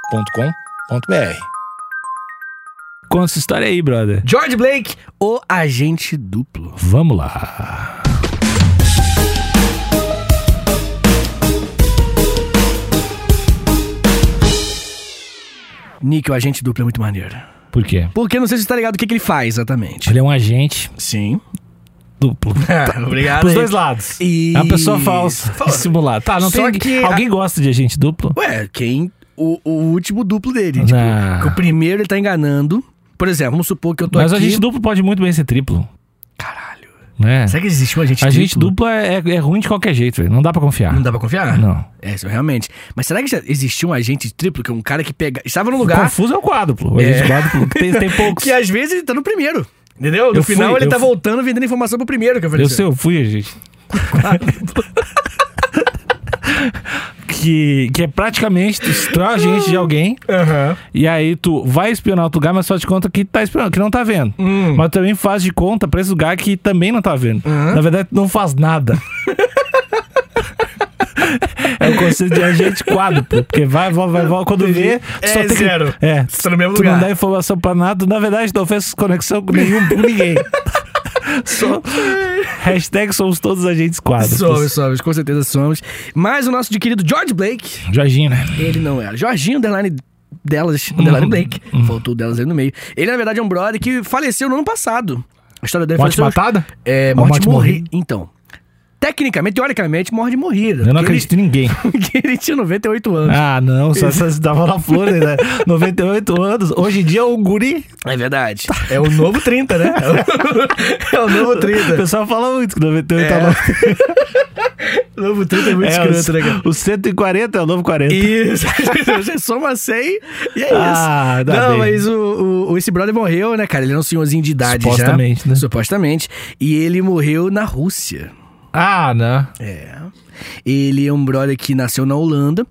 agenciadepodcast.com.br. Conta essa história aí, brother. George Blake, o agente duplo. Vamos lá. Nick, o agente duplo é muito maneiro. Por quê? Porque não sei se você tá ligado o que, que ele faz exatamente. Ele é um agente Sim. duplo. Obrigado. Pros aí. dois lados. E- É uma pessoa falsa. Fala. Simulada. Tá, não Só tem. que- Alguém gosta de agente duplo? Ué, quem. O, o último duplo dele. Ah. Tipo, que o primeiro ele tá enganando. Por exemplo, vamos supor que eu tô Mas o aqui. agente duplo pode muito bem ser triplo. Caralho. Né? Será que existe um agente Agente duplo é, é- é ruim de qualquer jeito, velho. Não dá pra confiar. Não dá pra confiar? Não. É, isso realmente. Mas será que já existiu um agente triplo, que é um cara que pega. Estava num lugar Confuso é o quádruplo. O agente quádruplo tem, tem poucos. que às vezes ele tá no primeiro. Entendeu? No Eu fui, final ele eu tá fui. voltando vendendo informação pro primeiro que Eu ofereceu. sei, eu fui, agente. que, que é praticamente tu tu é um agente de alguém. Aham. E aí tu vai espionar outro lugar, mas faz de conta que tá espionando, que não tá vendo. Hum. Mas também faz de conta pra esse lugar que também não tá vendo. Na verdade, tu não faz nada. É o conceito de agente quádruplo, porque vai, volta, vai, volta. Quando vê, tu É só tem zero. Que, é, Você tá no mesmo tu lugar. não dá informação pra nada. Na verdade, não fez conexão com nenhum, com ninguém. Só, hashtag somos todos agentes quádruplos. Somos, somos, com certeza somos. Mas o nosso querido George Blake, Jorginho, né? ele não era. Jorginho, underline delas, underline Blake. Faltou o delas aí no meio. Ele, na verdade, é um brother que faleceu no ano passado. A história dele Morte faleceu- matada? É, Ou morte, morte morri- morrida? Então, tecnicamente, teoricamente, morte morrida. Eu não porque ele- acredito em ninguém. Porque ele tinha 98 anos. Ah, não, só só se tava na flor, né? 98 anos. Hoje em dia é o guri. É verdade. É o novo 30, né? É o, é o novo O 30. pessoal fala muito que 98 É. é o novo. O novo 30 é muito É, escroto, né, cara? os, os 140 é o novo 40. Isso, você soma 100 e é isso. Ah, dá não, bem. mas o, o- esse brother morreu, né, cara? Ele era um senhorzinho de idade Supostamente, já. né? Supostamente. E ele morreu na Rússia. Ah, não. É. Ele é um brother que nasceu na Holanda.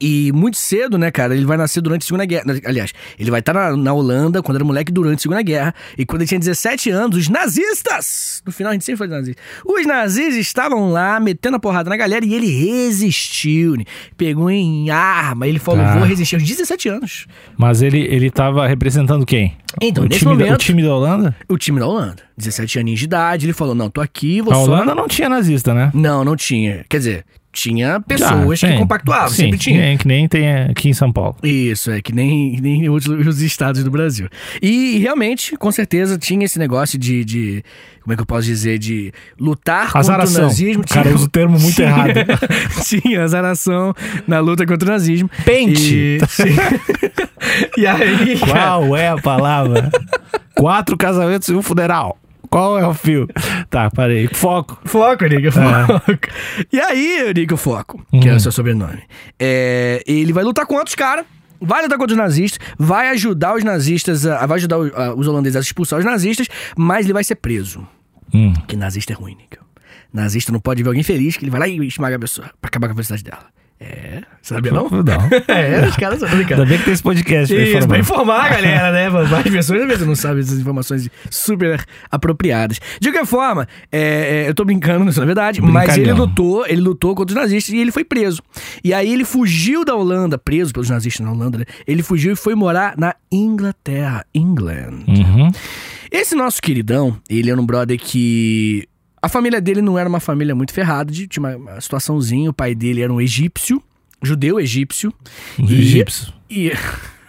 E muito cedo, né, cara? Ele vai nascer durante a Segunda Guerra. Aliás, ele vai estar na, na Holanda quando era moleque durante a Segunda Guerra. E quando ele tinha 17 anos, os nazistas! No final a gente sempre fala de nazis. Os nazis estavam lá metendo a porrada na galera e ele resistiu. né? Pegou em arma. Ele falou: Tá. vou resistir aos 17 anos. Mas ele, ele tava representando quem? Então, o nesse time, da- momento- o time da Holanda? O time da Holanda, 17 aninhos de idade, ele falou: não, tô aqui, vou A só Holanda não tinha nazista, né? Não, não tinha. Quer dizer, tinha Ah, pessoas que tem. compactuavam, Sim, sempre tinha. é, que nem tem aqui em São Paulo. Isso, é que nem, nem outros os estados do Brasil. E realmente, com certeza, tinha esse negócio de. de- como é que eu posso dizer? De lutar contra o Azaração. nazismo. Cara, Tinha- usa o termo muito tinha- errado. tinha azaração na luta contra o nazismo. Pente. E, e aí. cara, Qual é a palavra? Quatro casamentos e um funeral. Qual é o fio? Tá, parei. Foco. Foco, Nico, foco. E aí, Nico Foco, que é o seu sobrenome, é, ele vai lutar contra os caras, vai lutar contra os nazistas, vai ajudar os nazistas, a- vai ajudar os, a- os holandeses a expulsar os nazistas, mas ele vai ser preso. Hum. Que nazista é ruim, Nico. Nazista não pode ver alguém feliz, que ele vai lá e esmaga a pessoa pra acabar com a felicidade dela. É, sabia não? É, os caras são Ainda brincadeira. bem que tem esse podcast. pra Isso, informar. pra informar a galera, né? mano? Várias pessoas às vezes não sabem essas informações super apropriadas. De qualquer forma, é, é, eu tô brincando nisso, na verdade, mas ele Brincalhão. lutou, ele lutou contra os nazistas e ele foi preso. E aí ele fugiu da Holanda, preso pelos nazistas na Holanda, né? Ele fugiu e foi morar na Inglaterra, England. Uhum. Esse nosso queridão, ele era um brother que. A família dele não era uma família muito ferrada, de- tinha uma, uma situaçãozinha. O pai dele era um egípcio, judeu egípcio. Os E- egípcios. E.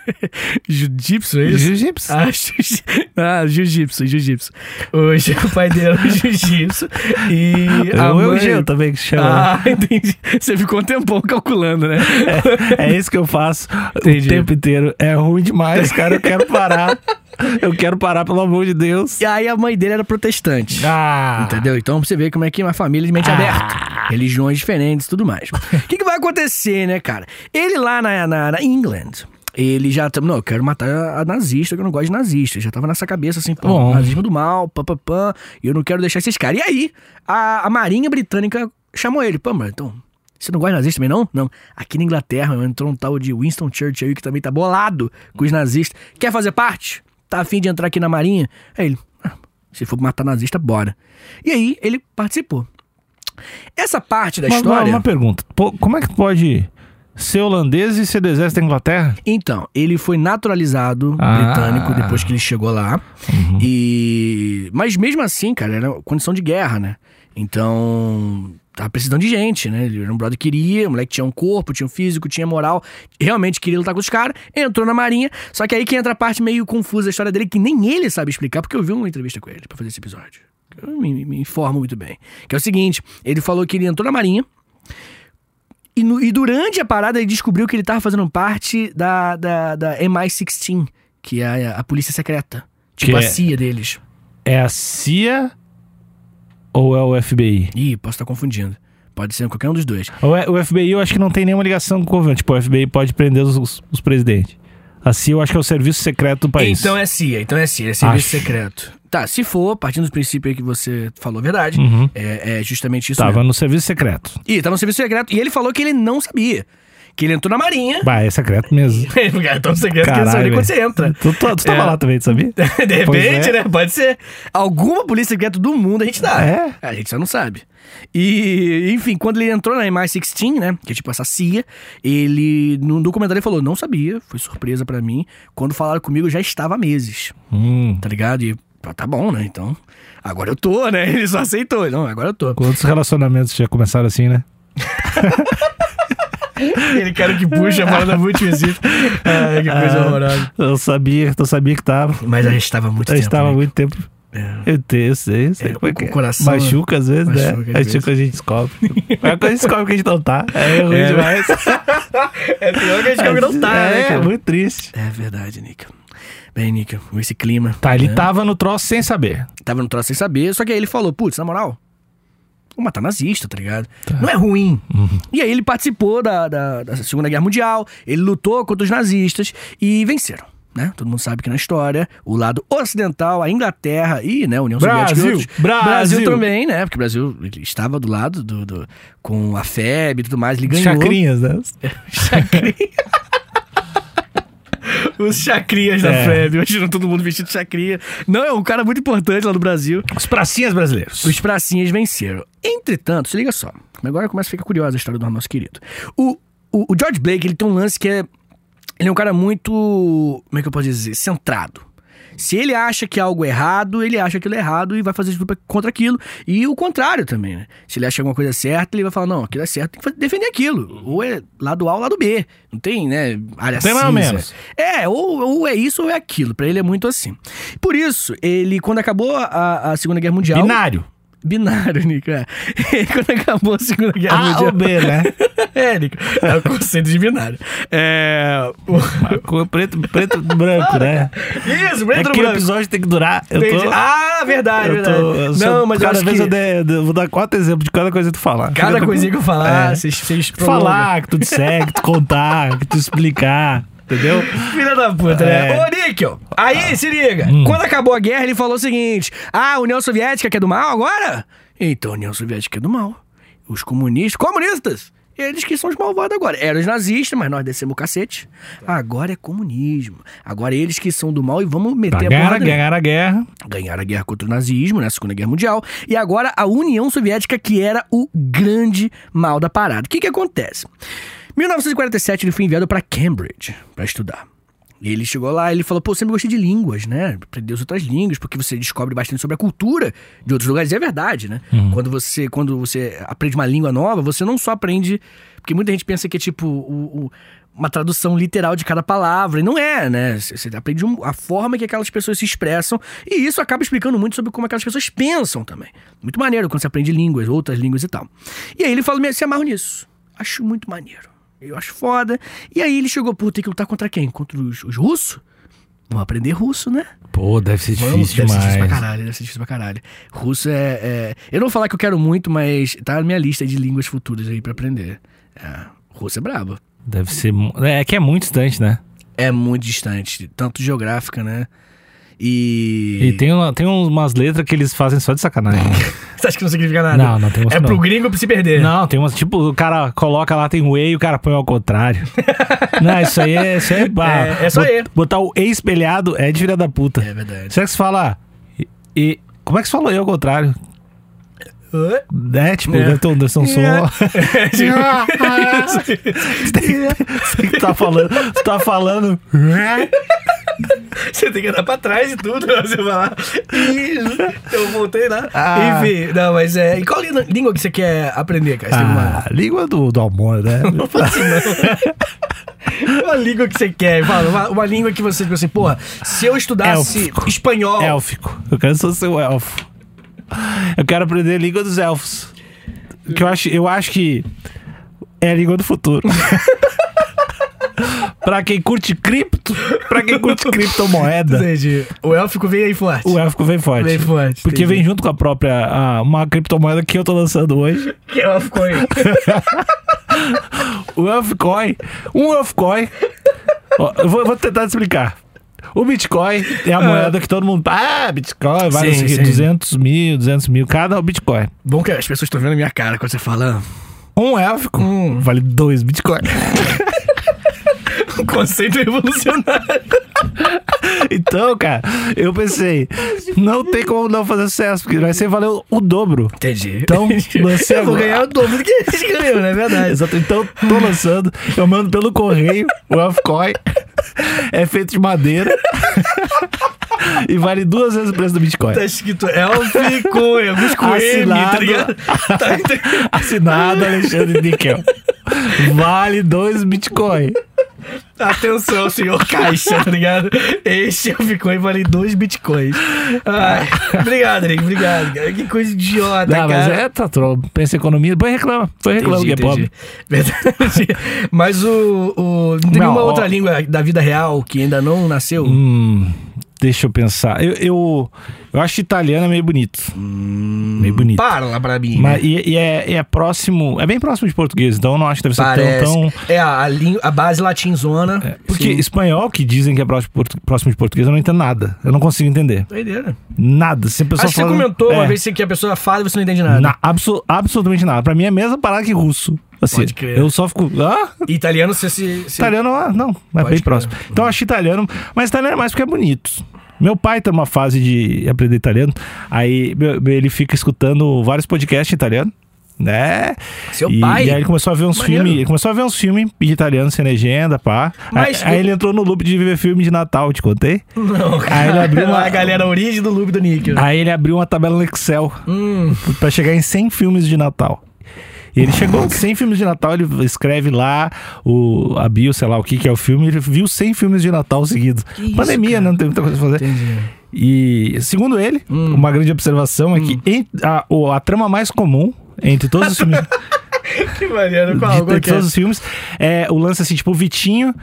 Egípcio, é Os isso? egípcios. Ah, jiu- ah, jiu-jitsu, jiu-jitsu. Hoje o pai dele era um jiu-jitsu e a Ou mãe... é o É. Gil também que se chama. né? Ah, entendi. Você ficou um tempão calculando, né? É isso que eu faço Entendi. o tempo inteiro. É ruim demais, cara. Eu quero parar. eu quero parar, pelo amor de Deus. E aí a mãe dele era protestante. Ah, Entendeu? Então pra você vê como é que é uma família de mente aberta. Religiões diferentes e tudo mais. O que, que vai acontecer, né, cara? Ele lá na, na, na England. Ele já. tam- Não, eu quero matar a nazista, que eu não gosto de nazista. Já tava nessa cabeça assim, pô, Bom. nazismo do mal, pam, pam, pam, e eu não quero deixar esses caras. E aí, a, a Marinha Britânica chamou ele. Pô, mano, então, você não gosta de nazista também, não? Não. Aqui na Inglaterra, meu, entrou um tal de Winston Churchill aí que também tá bolado com os nazistas. Quer fazer parte? Tá afim de entrar aqui na Marinha? Aí ele, ah, se for matar nazista, bora. E aí, ele participou. Essa parte da uma, uma, história. uma pergunta. Pô, como é que pode ser holandês e ser do exército da Inglaterra? Então, ele foi naturalizado Ah. britânico depois que ele chegou lá. E mas mesmo assim, cara, era condição de guerra, né? Então, tava precisando de gente, né? Ele era um brother que queria, o moleque tinha um corpo, tinha um físico, tinha moral, realmente queria lutar com os caras, entrou na marinha. Só que aí que entra a parte meio confusa da história dele que nem ele sabe explicar, porque eu vi uma entrevista com ele pra fazer esse episódio. Eu me, me informo muito bem. Que é o seguinte, ele falou que ele entrou na marinha e, no- e durante a parada ele descobriu que ele tava fazendo parte da, da, da MI-16, que é a, a polícia secreta. Tipo Que é- a CIA deles. É a CIA ou é o FBI? Ih, posso estar confundindo. Pode ser qualquer um dos dois. é, O E- O FBI eu acho que não tem nenhuma ligação com o governo. Tipo, o FBI pode prender os, os- os presidentes. A CIA eu acho que é o serviço secreto do país. Então é CIA, então é CIA, é serviço Acho. secreto. Tá, se for, partindo do princípio aí que você falou a verdade, Uhum. é, é justamente isso Tava mesmo. no serviço secreto. Ih, tava no serviço secreto e ele falou que ele não sabia. Que ele entrou na marinha. Bah, é secreto mesmo. Cara, tão secreto que ele Caralho, sabe nem quando você velho. entra. Tá, Tu, tu, tu tava É. lá também, tu sabia? De repente, Pois é. né? Pode ser. Alguma polícia secreta do mundo a gente dá. É? A gente só não sabe. E, enfim, quando ele entrou na MI-16, né? Que é tipo essa CIA, ele, no documentário, ele falou: não sabia, foi surpresa pra mim. Quando falaram comigo, eu já estava há meses, Hum. tá ligado? E ah, tá bom, né? Então, agora eu tô, né? Ele só aceitou. Não, agora eu tô. Quantos relacionamentos já começaram assim, né? Ele cara que puxa a bola muito esquisita. Ai, que coisa horrorosa. Ah, Eu sabia, eu sabia que tava. Ah. Mas a gente estava há muito Eu tempo. estava há né? muito tempo. É. Eu, te, eu sei, eu sei É, como é o que é. coração- Machuca às vezes, Machuca às né? Machuca a gente descobre. é quando a gente descobre que a gente não tá. É ruim É. demais. É pior que a gente não tá, é, né? é cara? muito triste. É verdade, Nica. Bem, Nica, com esse clima. Tá, ele né? tava no troço sem saber. Tava no troço sem saber, só que aí ele falou: putz, na moral, vou matar nazista, tá ligado? Não é ruim. Uhum. E aí ele participou da, da- da Segunda Guerra Mundial, ele lutou contra os nazistas e venceram. Né? Todo mundo sabe que na história, o lado ocidental, a Inglaterra e né, a União Soviética. e Brasil, outros- Brasil. Brasil também, né? Porque o Brasil ele estava do lado do, do- com a FEB e tudo mais, ele ganhou. Chacrinhas, né? Chacrinha. Os chacrinhas da É. FEB. Imagina todo mundo vestido de chacrinha. Não, é um cara muito importante lá no Brasil. Os pracinhas brasileiros. Os pracinhas venceram. Entretanto, se liga só. Agora começa a ficar curiosa a história do nosso querido. O, o, o George Blake, ele tem um lance que é... Ele é um cara muito... Como é que eu posso dizer? Centrado. Se ele acha que algo é errado, ele acha aquilo é errado e vai fazer tudo pra- contra aquilo. E o contrário também, né? Se ele acha alguma coisa certa, ele vai falar, não, aquilo é certo, tem que fa- defender aquilo. Ou é lado A ou lado B. Não tem, né, área Tem mais ou cinza. menos. É, ou, ou é isso ou é aquilo. Pra ele é muito assim. Por isso, ele, quando acabou a, a Segunda Guerra Mundial... Binário. Binário, Nico, é. Quando acabou a Segunda Guerra A Mundial. ou B, né? é, Nico. É o conceito de binário. É. o- Com preto, preto e branco, né? Isso, É preto que branco. o episódio tem que durar. Eu Entendi. tô. Ah, verdade, eu verdade. tô- eu sou- Não, mas eu cada acho vez que eu, dei- eu vou dar quatro exemplos de cada coisa que tu falar. cada Fica coisinha que eu falar, assim, É. vocês, vocês Tu falar, que tu disser, que tu contar, que tu explicar, entendeu? Filha da puta, né? É. Ah. Hum. Ô, Níquel, aí se liga. Quando acabou a guerra, ele falou o seguinte: Ah, a União Soviética que é do mal agora? Então, a União Soviética é do mal. Os comunistas. Comunistas! Eles que são os malvados agora. Eram os nazistas, mas nós descemos o cacete. Agora é comunismo. Agora eles que são do mal e vamos meter Tá, a ganharam, porrada. a- nele. ganharam a guerra. Ganharam a guerra contra o nazismo, né? A Segunda Guerra Mundial. E agora a União Soviética, que era o grande mal da parada. O que que acontece? 1947 ele foi enviado para Cambridge para estudar. E ele chegou lá e ele falou, pô, sempre gostei de línguas, né? Aprender as outras línguas, porque você descobre bastante sobre a cultura de outros lugares. E é verdade, né? Quando, você, quando você aprende uma língua nova, você não só aprende... Porque muita gente pensa que é tipo o- o- uma tradução literal de cada palavra. E não é, né? C- Você aprende um- a forma que aquelas pessoas se expressam. E isso acaba explicando muito sobre como aquelas pessoas pensam também. Muito maneiro quando você aprende línguas, outras línguas e tal. E aí ele fala, "Me- se amarro nisso. Acho muito maneiro. Eu acho foda. E aí ele chegou, pô, tem que lutar contra quem? Contra os, os russos? Vamos aprender russo, né? Pô, deve ser Vamos, deve ser difícil pra caralho, deve ser difícil pra caralho. Russo é, é- Eu não vou falar que eu quero muito, mas tá na minha lista de línguas futuras aí pra aprender. É, russo é brabo. Deve ser. mu- É que é muito distante, né? É muito distante, tanto geográfica, né? E. E tem, uma- tem umas letras que eles fazem só de sacanagem. Você acha que não significa nada? Não, não tem umas É não. pro gringo pra se perder. Não, tem umas, tipo, o cara coloca lá, tem o E e o cara põe ao contrário. Não, isso aí é. Isso aí é, barro. É- é só Bot- E. Botar o E espelhado é de filha da puta. É verdade. Será que se fala. E, e- como é que se fala E ao contrário? né? Tipo, É. deve ter um deve ser um som. Você que tá falando. Você tá falando. "Ah, Você tem que andar pra trás e tudo, né? você vai lá. Ih, Eu voltei lá. Ah. Enfim, não, mas é. E qual li- língua que você quer aprender, cara? Você tem uma- Ah, língua do, do amor, né? Uma língua que você quer, fala, uma, uma língua que você, tipo assim, porra, se eu estudasse Élfico. espanhol, Élfico. Eu quero só ser um elfo. Eu quero aprender a língua dos elfos. Que eu acho, eu acho que é a língua do futuro. pra quem curte cripto, pra quem curte criptomoeda, entendi. O élfico vem aí forte. o elfo vem forte. Vem forte, Porque entendi. vem junto com a própria. a- uma criptomoeda que eu tô lançando hoje. Que élfico aí. O Elfcoin. Um Elfcoin. Ó, eu vou, vou tentar te explicar. O Bitcoin é a moeda que todo mundo. Ah, Bitcoin, vale não sei o quê, Ah. sim. 200 mil, 200 mil. Cada Bitcoin. Bom que as pessoas estão vendo a minha cara quando você fala. Um élfico Hum. vale dois Bitcoin. Um conceito revolucionário. Então, cara, eu pensei, não tem como não fazer sucesso, porque vai ser valer o, o dobro. Entendi. Então, lancei eu vou agora. ganhar o dobro do que eles ganham, não é verdade? Exato. Então, tô lançando, eu mando pelo correio o Elfcoin. É feito de madeira. e vale duas vezes o preço do Bitcoin. Tá escrito élfico, é busco M, tá Assinado. ligado? Tá, entendi. Assinado Alexandre Níquel. Vale dois Bitcoin. Atenção, senhor caixa, tá ligado? Este élfico aí vale dois bitcoins. Ai, obrigado, Nick, obrigado. cara. Que coisa idiota, Não, cara. mas é, tá troll. Pensa em economia, depois reclama. Depois reclama Entendi, que é pobre. entendi. Verdade. Mas o, o- Não tem Não, nenhuma ó. outra língua da vida real que ainda não nasceu? Hum, deixa eu pensar. Eu, eu, eu acho italiano é meio bonito. Hum. meio bonito. Parla pra mim. Mas, e, e é, e é próximo, é bem próximo de português, então eu não acho que deve ser Parece. tão. tão É, É a, a, lin- a base latinzona. porque Sim. espanhol, que dizem que é próximo de portu- próximo de português, eu não entendo nada. Eu não consigo entender. Doideira. Nada. Se a pessoa Acho que você fala- comentou uma É. vez assim que a pessoa fala e você não entende nada. Na- abso- absolutamente nada. Pra mim é a mesma parada que russo. Assim, Pode crer. Eu só fico. Ah, E Italiano, você se. se- italiano, ah, não, é bem crer. próximo. Então eu acho italiano, mas italiano é mais porque é bonito. Meu pai tá numa fase de aprender italiano, aí meu- meu- ele fica escutando vários podcasts em italiano. Né? Seu e, pai? E aí ele começou a ver uns Maneiro. filmes. Ele começou a ver uns filmes de italiano sem legenda, pá. Mas Hum. aí, aí eu- ele entrou no loop de ver filme de Natal, te contei? Não, cara. Aí ele abriu uma- Ah. a galera, a origem do loop do Níquel. Hum, Aí ele abriu uma tabela no Excel pra chegar em 100 filmes de Natal. E ele chegou em 100 filmes de Natal, ele escreve lá o, a bio, sei lá o que que é o filme, ele viu 100 filmes de Natal seguidos. isso, Pandemia, né? Não tem muita coisa pra fazer. E, segundo ele, uma grande observação é que en- a, o- a trama mais comum entre todos os filmes Que maneiro, de qual, qual que é? todos os filmes. É, o lance assim, tipo, o Vitinho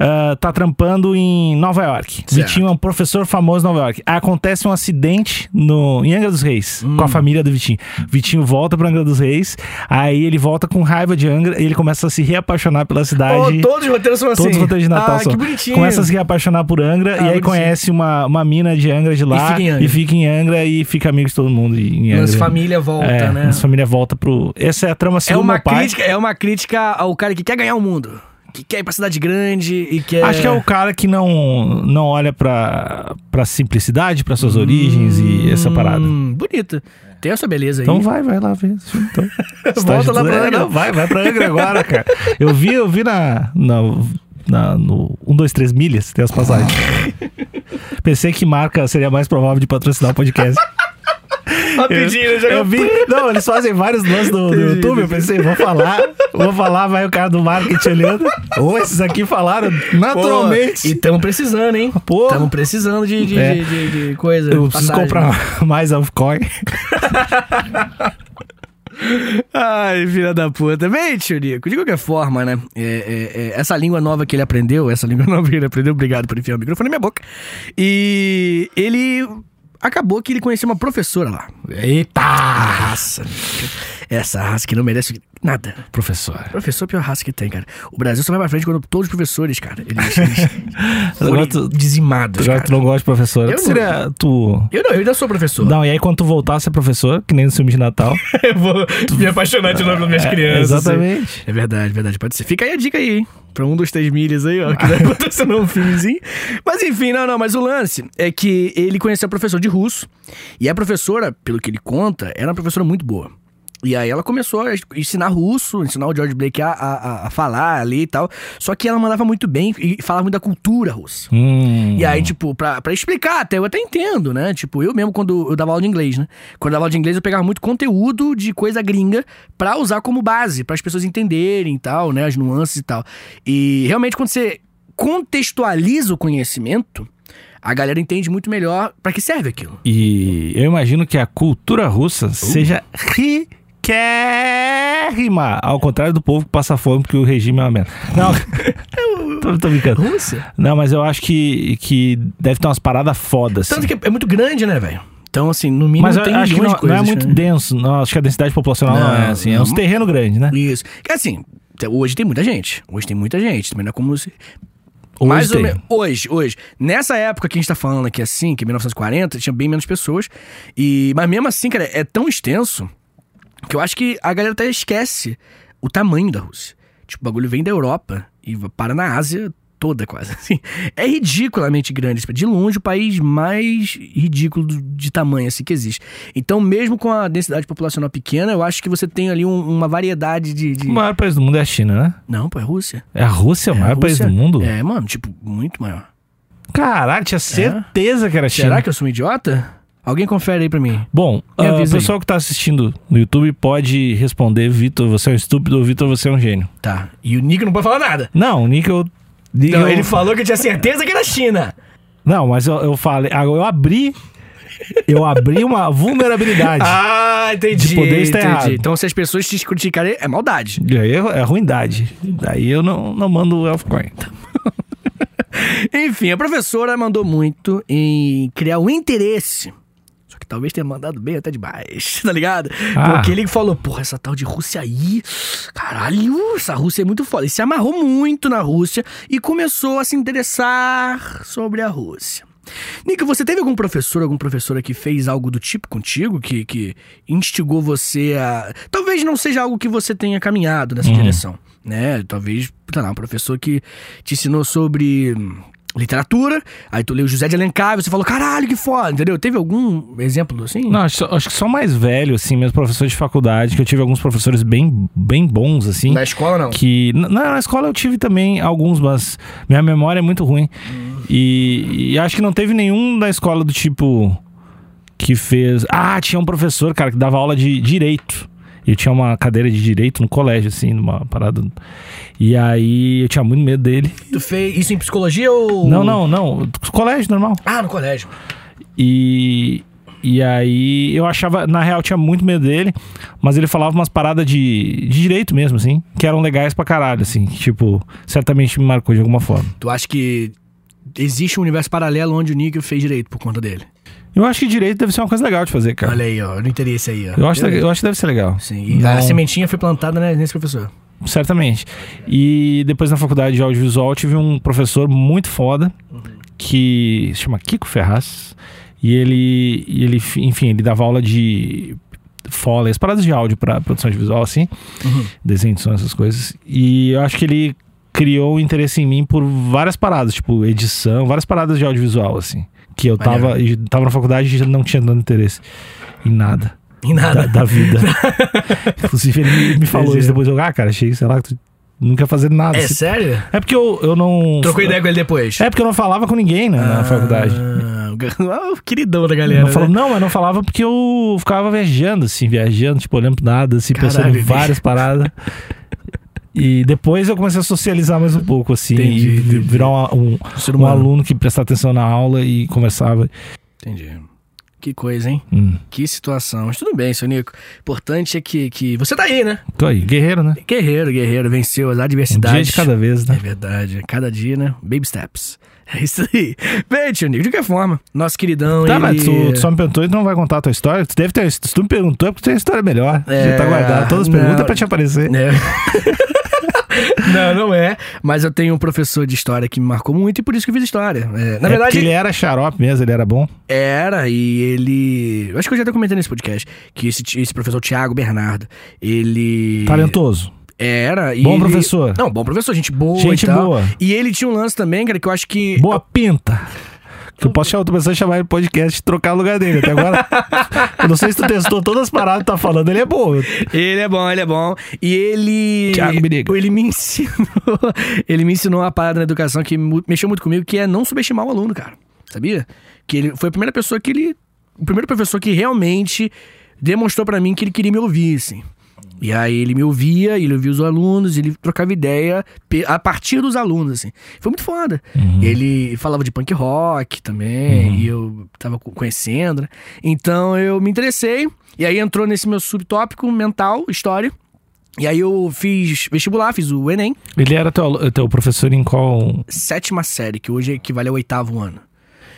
ah, tá trampando em Nova York. Vitinho é um professor famoso em Nova York. Acontece um acidente no, em Angra dos Reis, com a Hum. família do Vitinho. Vitinho volta pra Angra dos Reis, aí ele volta com raiva de Angra e ele começa a se reapaixonar pela Oh, cidade. todos os roteiros são assim. Todos os roteiros de Natal Ah, são. que bonitinho. Ah, Começa a se reapaixonar por Angra e aí bonitinho. conhece uma, uma mina de Angra de lá fica em Angra. e fica em Angra e fica amigo de todo mundo em Angra. Lance família volta, é, né? lance família volta pro. Essa é a trama assim, É do uma, meu pai. crítica, é uma crítica ao cara que quer ganhar o mundo. Que quer ir pra cidade grande e quer. Acho que é o cara que não, não olha pra, pra simplicidade, pra suas origens e essa parada. Hum, bonito. Tem essa beleza aí. Então vai, vai lá ver. esse filme, Então. Estágio lá do- pra É, Angra. não, Vai, vai pra Angra agora, cara. Eu vi, eu vi na, na, na- no 1, 2, 3 milhas, tem as passagens. Pensei que marca seria mais provável de patrocinar o podcast. Rapidinho, já Eu vi. Não, eles fazem vários lances do, do YouTube. Eu pensei, vou falar, vou falar, vai o cara do marketing olhando. Ou esses aqui falaram E naturalmente. estamos precisando, hein? Pô. Estamos precisando de, de, É. de- de- de coisa. Eu preciso passagem. comprar mais Alfcoin. Ai, filha da puta. Bem, tio Nico, de qualquer forma, né? é, é, é, essa língua nova que ele aprendeu, essa língua nova que ele aprendeu, obrigado por enfiar o microfone na minha boca. E ele. Acabou que ele conheceu uma professora lá. Eita! Nossa. Essa raça que não merece nada. Professor. Professor é a pior raça que tem, cara. O Brasil só vai pra frente quando todos os professores, cara, eles, eles forem Agora tu- dizimados, Agora cara. tu não gosta de professor. Eu Tu não. seria tu. Eu não, eu ainda sou professor. Não, e aí quando tu voltar a ser professor, que nem no filme de Natal. Eu vou me apaixonar de novo pelas minhas crianças. É, Exatamente. É verdade, verdade. Pode ser. Fica aí a dica aí, hein? Pra um dos três milhas aí, ó, que vai acontecer num filmezinho. Mas enfim, não, não. Mas o lance é que ele conheceu a professora de russo. E a professora, pelo que ele conta, era uma professora muito boa. E aí ela começou a ensinar russo, ensinar o George Blake a, a, a- a falar ali e tal. Só que ela mandava muito bem e falava muito da cultura russa. Hum. E aí, tipo, pra, pra explicar, até eu até entendo, né? Tipo, eu mesmo, quando eu dava aula de inglês, né? Quando eu dava aula de inglês, eu pegava muito conteúdo de coisa gringa pra usar como base, para as pessoas entenderem e tal, né? As nuances e tal. E realmente, quando você contextualiza o conhecimento, a galera entende muito melhor pra que serve aquilo. E eu imagino que a cultura russa Uh. seja riquérrima, ao contrário do povo que passa fome porque o regime é uma merda. Não, tô, tô Uh. brincando. Rússia? Não, mas eu acho que, que deve ter umas paradas fodas. Tanto que é muito grande, né, velho? Então, assim, no mínimo mas eu tem acho que milhões não, de coisas. não é muito né? denso. Não, acho que a densidade populacional não, é Não, assim. É não. uns terreno grande, né? Isso. Que assim, te- hoje tem muita gente. Hoje tem muita gente. Também não é como se. Hoje Mais ou tem. menos. Hoje, hoje. Nessa época que a gente tá falando aqui assim, que é 1940, tinha bem menos pessoas. E... Mas mesmo assim, cara, é tão extenso que eu acho que a galera até esquece o tamanho da Rússia. Tipo, o bagulho vem da Europa e va- para na Ásia toda, quase. Assim, é ridiculamente grande. Tipo, De longe, o país mais ridículo do- de tamanho assim, que existe. Então, mesmo com a densidade populacional pequena, eu acho que você tem ali um- uma variedade de. de- O maior país do mundo é a China, né? Não, pô, é Rússia. É a Rússia, o É a maior país Rússia- do mundo. É, mano, tipo, muito maior. Caralho, tinha certeza É. que era China. Será que eu sou um idiota? Alguém confere aí pra mim. Bom, Me ah, o avisa aí. pessoal que tá assistindo no YouTube pode responder, Vitor, você é um estúpido ou Vitor, você é um gênio. Tá. E o Nico não pode falar nada. Não, o Nick, eu. Nick, Não, eu- ele falou que eu tinha certeza que era China. Não, mas eu, eu falei. ah, Eu abri. Eu abri uma vulnerabilidade. Ah, entendi. De poder estar errado. Então, se as pessoas te criticarem, é maldade. E aí é, é ruindade. Daí eu não, não mando o Elfcoin. Enfim, a professora mandou muito em criar um interesse. Só que talvez tenha mandado bem até demais, tá ligado? Ah. Porque ele falou, porra, essa tal de Rússia aí, caralho, essa Rússia é muito foda. E se amarrou muito na Rússia e começou a se interessar sobre a Rússia. Nico, você teve algum professor, algum professora que fez algo do tipo contigo, que, que instigou você a. Talvez não seja algo que você tenha caminhado nessa direção, né? Talvez, sei lá, um professor que te ensinou sobre hum, literatura, aí tu leu José de Alencar e você falou, caralho, que foda, entendeu? Teve algum exemplo assim? Não, acho, só- acho que só mais velho, assim, meus professores de faculdade, que eu tive alguns professores bem, bem bons, assim. Na escola, não. Que. Na, na escola eu tive também alguns, mas minha memória é muito ruim. E, e acho que não teve nenhum da escola do tipo. Que fez. Ah, tinha um professor, cara, que dava aula de direito. Eu tinha uma cadeira de direito no colégio, assim, numa parada. E aí eu tinha muito medo dele. Tu fez isso em psicologia ou. Não, não, não. Colégio normal. Ah, no colégio. E. E aí eu achava, na real, eu tinha muito medo dele, mas ele falava umas paradas de, de direito mesmo, assim, que eram legais pra caralho, assim, que, tipo, certamente me marcou de alguma forma. Tu acha que existe um universo paralelo onde o Nico fez direito por conta dele? Eu acho que direito deve ser uma coisa legal de fazer, cara. Olha aí, ó, no interesse aí, É. ó. Eu acho, eu acho que deve ser legal. Sim, e Não- a sementinha foi plantada né, nesse professor. Certamente. E depois na faculdade de audiovisual eu tive um professor muito foda que se chama Kiko Ferraz. E ele, e ele, enfim, ele dava aula de foley, as paradas de áudio para produção de visual, assim, desenho de som, essas coisas. E eu acho que ele criou um interesse em mim por várias paradas, tipo edição, várias paradas de audiovisual, assim. Que eu tava, tava na faculdade e já não tinha dando interesse em nada Em nada. da, da vida. Inclusive, ele me, me falou isso depois. Eu, ah, cara, achei, sei lá, que tu não quer fazer nada. É Se- sério? É porque eu, eu não. Trocou ideia Ah, com ele depois. É porque eu não falava com ninguém né, na faculdade. Ah, o queridão da Eu galera. Não, falava, né? não, mas não falava porque eu ficava viajando, assim, viajando, tipo, olhando pro nada, assim, pensando em Caralho, várias paradas. E depois eu comecei a socializar mais um pouco, assim, Entendi, e vi- entendi. virar um, um- Ser um humano. aluno que prestava atenção na aula e conversava. Entendi. Que coisa, hein? Hum. Que situação. Mas tudo bem, seu Nico. Importante é que, que você tá aí, né? Tô aí. Guerreiro, né? Guerreiro, guerreiro. Venceu as Um dia adversidades. de cada vez, É né? verdade. Cada dia, né? Baby steps. É isso aí. Bem, tio Nico, de qualquer forma, nosso queridão. Tá, ele... mas tu, tu só me perguntou e tu não vai contar a tua história. Tu deve ter. Se tu me perguntou é porque tu tem uma história melhor. É, Já tá guardado. Todas as não. perguntas pra te aparecer. É. não, não é. Mas eu tenho um professor de história que me marcou muito e por isso que eu fiz história. É, na É porque verdade, ele era xarope mesmo, ele era bom. era e ele. Eu acho que eu já até comentei nesse podcast que esse, ti- esse professor Tiago Bernardo, ele. Talentoso. Era e. Bom ele- professor. Não, bom professor, gente boa. Gente e tal. boa. E ele tinha um lance também, cara, que eu acho que. Boa pinta. Que eu posso chamar outra pessoa e chamar ele de podcast e trocar o lugar dele. Até agora. eu não sei se tu testou todas as paradas que tá falando, ele é bom. Ele é bom, ele é bom. E ele. Thiago Biriga. Ele me ensinou. ele me ensinou uma parada na educação que mu- mexeu muito comigo, que é não subestimar o aluno, cara. Sabia? Que ele foi a primeira pessoa que ele. O primeiro professor que realmente demonstrou pra mim que ele queria me ouvir, assim. E aí ele me ouvia, ele ouvia os alunos, ele trocava ideia pe- a partir dos alunos, assim. Foi muito foda. Hum. Uhum. Ele falava de punk rock também, e eu tava co- conhecendo, né? Então eu me interessei, e aí entrou nesse meu subtópico mental, história. E aí eu fiz vestibular, fiz o Enem, Ele era teu, alu- teu professor em qual. sétima série, que hoje equivale ao oitavo ano.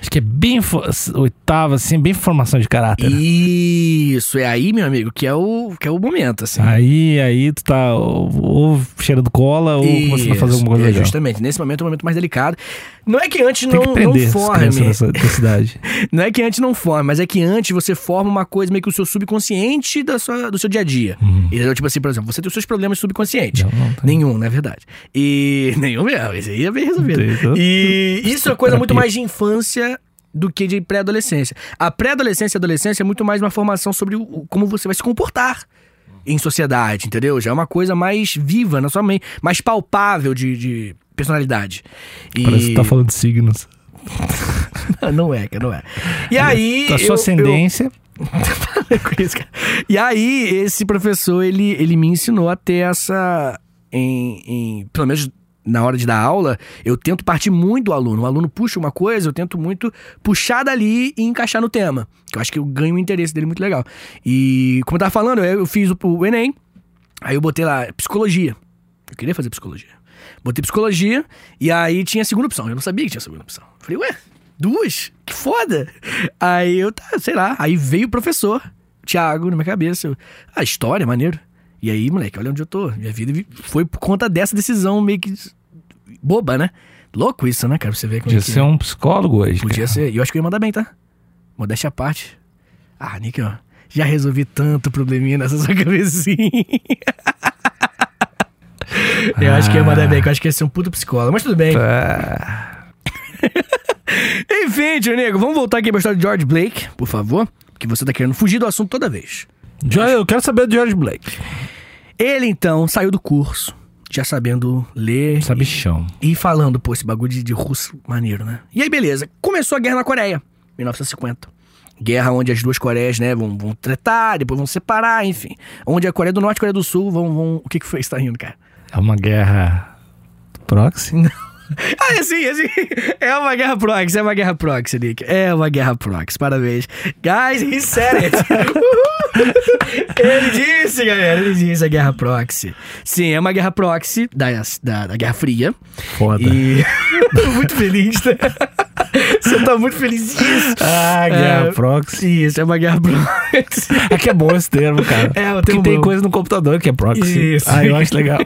Acho que é bem fo- oitava, assim, bem formação de caráter. né? Isso, é aí, meu amigo, que é o, que é o momento, assim. Aí, aí tu tá ou, ou cheirando cola ou começando a fazer alguma coisa é, legal. Justamente, nesse momento é o momento mais delicado. Não é que antes Tem não, que não prender as forme. crianças né? dessa, dessa cidade. Não é que antes não forma, mas é que antes você forma uma coisa meio que o seu subconsciente da sua, do seu dia a dia. Uhum. Entendeu? Tipo assim, por exemplo, você tem os seus problemas subconscientes. Não, tá. não tem. Nenhum, na verdade. E. Nenhum mesmo, isso aí é bem resolvido. Não tem, tô- E isso é coisa muito Terapia. mais de infância do que de pré-adolescência. A pré-adolescência e adolescência é muito mais uma formação sobre o- o- como você vai se comportar em sociedade, entendeu? Já é uma coisa mais viva na sua mente, mais palpável de, de personalidade. E... Parece que tu tá falando de signos. Não é, cara, não é. E aí. A eu- eu- Tá, sua ascendência. com isso, cara. E aí, esse professor, ele, ele me ensinou a ter essa. Em, em- pelo menos na hora de dar aula, eu tento partir muito do aluno. O aluno puxa uma coisa, eu tento muito puxar dali e encaixar no tema. Que eu acho que eu ganho o interesse dele muito legal. E, como eu tava falando, eu, eu fiz o, o Enem, aí eu botei lá psicologia. Eu queria fazer psicologia. Botei psicologia e aí tinha a segunda opção. Eu não sabia que tinha a segunda opção. Falei, ué, duas? Que foda! Aí eu, tá, sei lá. Aí veio o professor, Thiago, na minha cabeça. Eu, ah, história, maneiro. E aí, moleque, olha onde eu tô. Minha vida vi- foi por conta dessa decisão meio que boba, né? Louco isso, né, cara? Pra Você vê como Podia é que ser um psicólogo hoje. Podia cara. ser. E eu acho que eu ia mandar bem, tá? Modéstia à parte. Ah, Nick, ó. Já resolvi tanto probleminha nessa sua cabecinha. eu acho que eu ia mandar bem, que eu acho que ia ser um puto psicólogo. Mas tudo bem. Ah, Enfim, tio Nico, vamos voltar aqui pra história de George Blake, por favor. Porque você tá querendo fugir do assunto toda vez. George- eu quero saber do George Blake. Ele, então, saiu do curso, já sabendo ler Sabichão. E falando, pô, esse bagulho de, de russo, maneiro, né? E aí, beleza. Começou a guerra na Coreia, 1950. Guerra onde as duas Coreias, né, vão, vão tretar, depois vão separar, enfim. Onde a Coreia do Norte e a Coreia do Sul vão... vão... O que que foi que você tá rindo, cara? É uma guerra proxy? né? Ah, é sim, é sim. É uma guerra proxy, é uma guerra proxy, Nick. É uma guerra proxy, parabéns. Guys, he said it. Uhul. ele disse, galera, ele disse a guerra proxy. Sim, é uma guerra proxy da, da, da Guerra Fria. Foda. E tô muito feliz, né? Você tá muito feliz disso. Ah, guerra É, proxy. Isso, é uma guerra proxy. É que é bom esse termo, cara. É, o Porque termo tem bom. coisa no computador que é proxy. Isso. Ah, eu acho legal.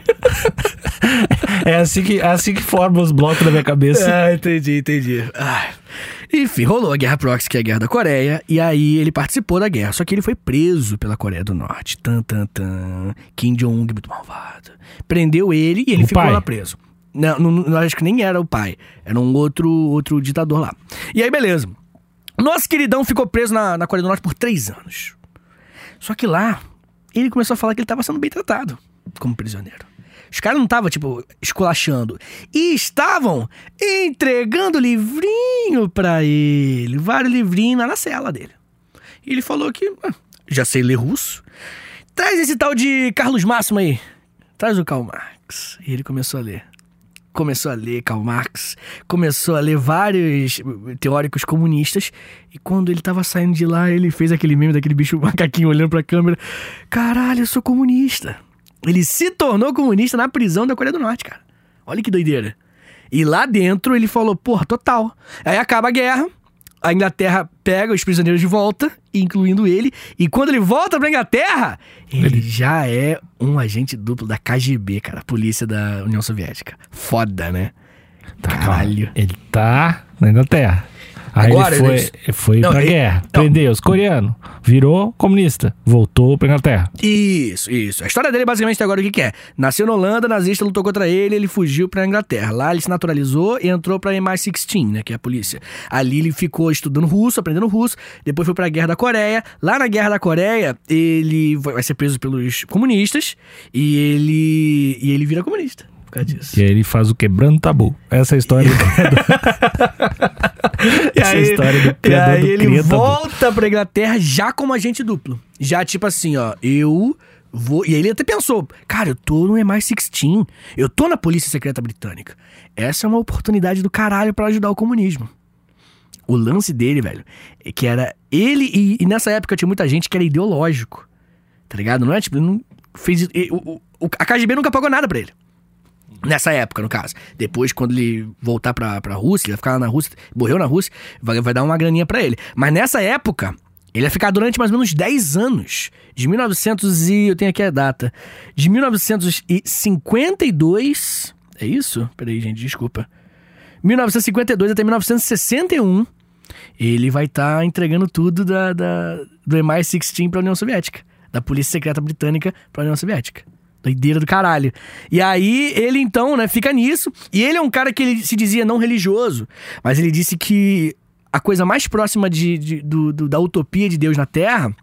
é assim que, é assim que forma os blocos da minha cabeça. Ah, entendi, entendi. Ah. Enfim, rolou a Guerra Proxy, que é a Guerra da Coreia, e aí ele participou da guerra, só que ele foi preso pela Coreia do Norte. Tan, tan, tan. Kim Jong-un, muito malvado. Prendeu ele e ele O ficou pai? lá preso. Não, não, não, acho que nem era o pai. Era um outro, outro ditador lá. E aí, beleza. Nosso queridão ficou preso na, na Coreia do Norte por três anos. Só que lá, ele começou a falar que ele tava sendo bem tratado como prisioneiro. Os caras não estavam, tipo, esculachando. E estavam entregando livrinho pra ele. Vários livrinhos lá na cela dele. E ele falou que, "Ah, já sei ler russo. Traz esse tal de Carlos Máximo aí. Traz o Karl Marx. E ele começou a ler. começou a ler Karl Marx, começou a ler vários teóricos comunistas, e quando ele tava saindo de lá, ele fez aquele meme daquele bicho macaquinho olhando pra câmera. Caralho, eu sou comunista. Ele se tornou comunista na prisão da Coreia do Norte, cara. Olha que doideira. E lá dentro ele falou, porra, total. Aí acaba a guerra, a Inglaterra pega os prisioneiros de volta, incluindo ele, e quando ele volta pra Inglaterra, ele, ele... já é um agente duplo da KGB, cara, a polícia da União Soviética. Foda, né? Tá, Caralho. Ele tá na Inglaterra. Aí Agora, ele foi, ele... foi não, pra ele... guerra, não. prendeu os coreanos, virou comunista, voltou pra Inglaterra. Isso, isso. A história dele basicamente agora o que, que é? Nasceu na Holanda, nazista lutou contra ele, ele fugiu pra Inglaterra. Lá ele se naturalizou e entrou pra MI-16, né, que é a polícia. Ali ele ficou estudando russo, aprendendo russo, depois foi pra Guerra da Coreia. Lá na Guerra da Coreia, ele vai ser preso pelos comunistas e ele, e ele vira comunista. E aí ele faz o quebrando tabu. Essa é a história do Essa aí, é a história do é criador E aí ele volta tabu. pra Inglaterra já como agente duplo. Já tipo assim, ó, eu vou... E aí ele até pensou, cara, eu tô no MI-16, eu tô na Polícia Secreta Britânica. Essa é uma oportunidade do caralho para ajudar o comunismo. O lance dele, velho, é que era ele e, e nessa época tinha muita gente que era ideológico. Tá ligado? Não é tipo, não fez o, o, a KGB nunca pagou nada para ele. Nessa época, no caso. Depois, quando ele voltar pra, pra Rússia, ele vai ficar lá na Rússia, morreu na Rússia, vai, vai dar uma graninha para ele. Mas nessa época, ele vai ficar durante mais ou menos 10 anos. De 1900 e... eu tenho aqui a data. De 1952... É isso? Peraí, gente, desculpa. 1952 até 1961, ele vai estar tá entregando tudo da, da, do MI-16 pra União Soviética. Da Polícia Secreta Britânica pra União Soviética. Doideira do caralho. E aí ele então, né, fica nisso. E ele é um cara que ele se dizia não religioso, mas ele disse que a coisa mais próxima de, de do, do, da utopia de Deus na Terra,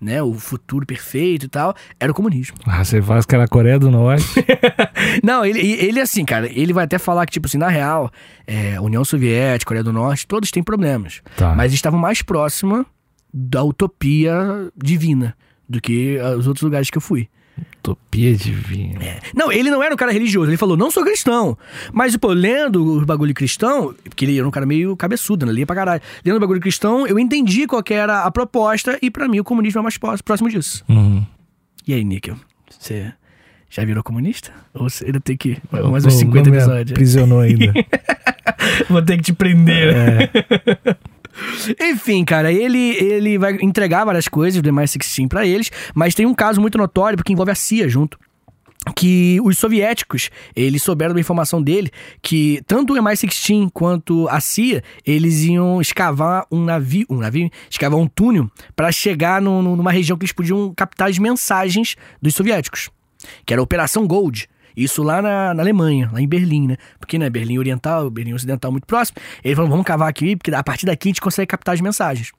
né, o futuro perfeito e tal, era o comunismo. Ah, você faz que era a Coreia do Norte. não, ele, ele assim, cara, ele vai até falar que, tipo assim, na real, é, União Soviética, Coreia do Norte, todos têm problemas. Tá. Mas estavam mais próxima da utopia divina do que ah, os outros lugares que eu fui. Utopia divina. É. Não, ele não era um cara religioso. Ele falou, não sou cristão. Mas, pô, lendo o bagulho cristão, porque ele era um cara meio cabeçudo, né? Lia pra caralho. Lendo o bagulho cristão, eu entendi qual era a proposta e para mim o comunismo é mais próximo disso. Uhum. E aí, Níquel? Você já virou comunista? Ou você ainda tem que... Mais uns 50 episódios. Prisionou ainda. Vou ter que te prender. É. Enfim, cara, ele, ele vai entregar várias coisas do MI-16 para eles, mas tem um caso muito notório porque envolve a CIA junto. Que os soviéticos, eles souberam da informação dele que tanto o MI-16 quanto a CIA, eles iam escavar um navio, um navio, escavar um túnel para chegar no, no, numa região que eles podiam captar as mensagens dos soviéticos, que era a Operação Gold. Isso lá na, na, Alemanha, lá em Berlim, né? Porque, né, Berlim Oriental, Berlim Ocidental muito próximo. Eles falaram, vamos cavar aqui, porque a partir daqui a gente consegue captar as mensagens.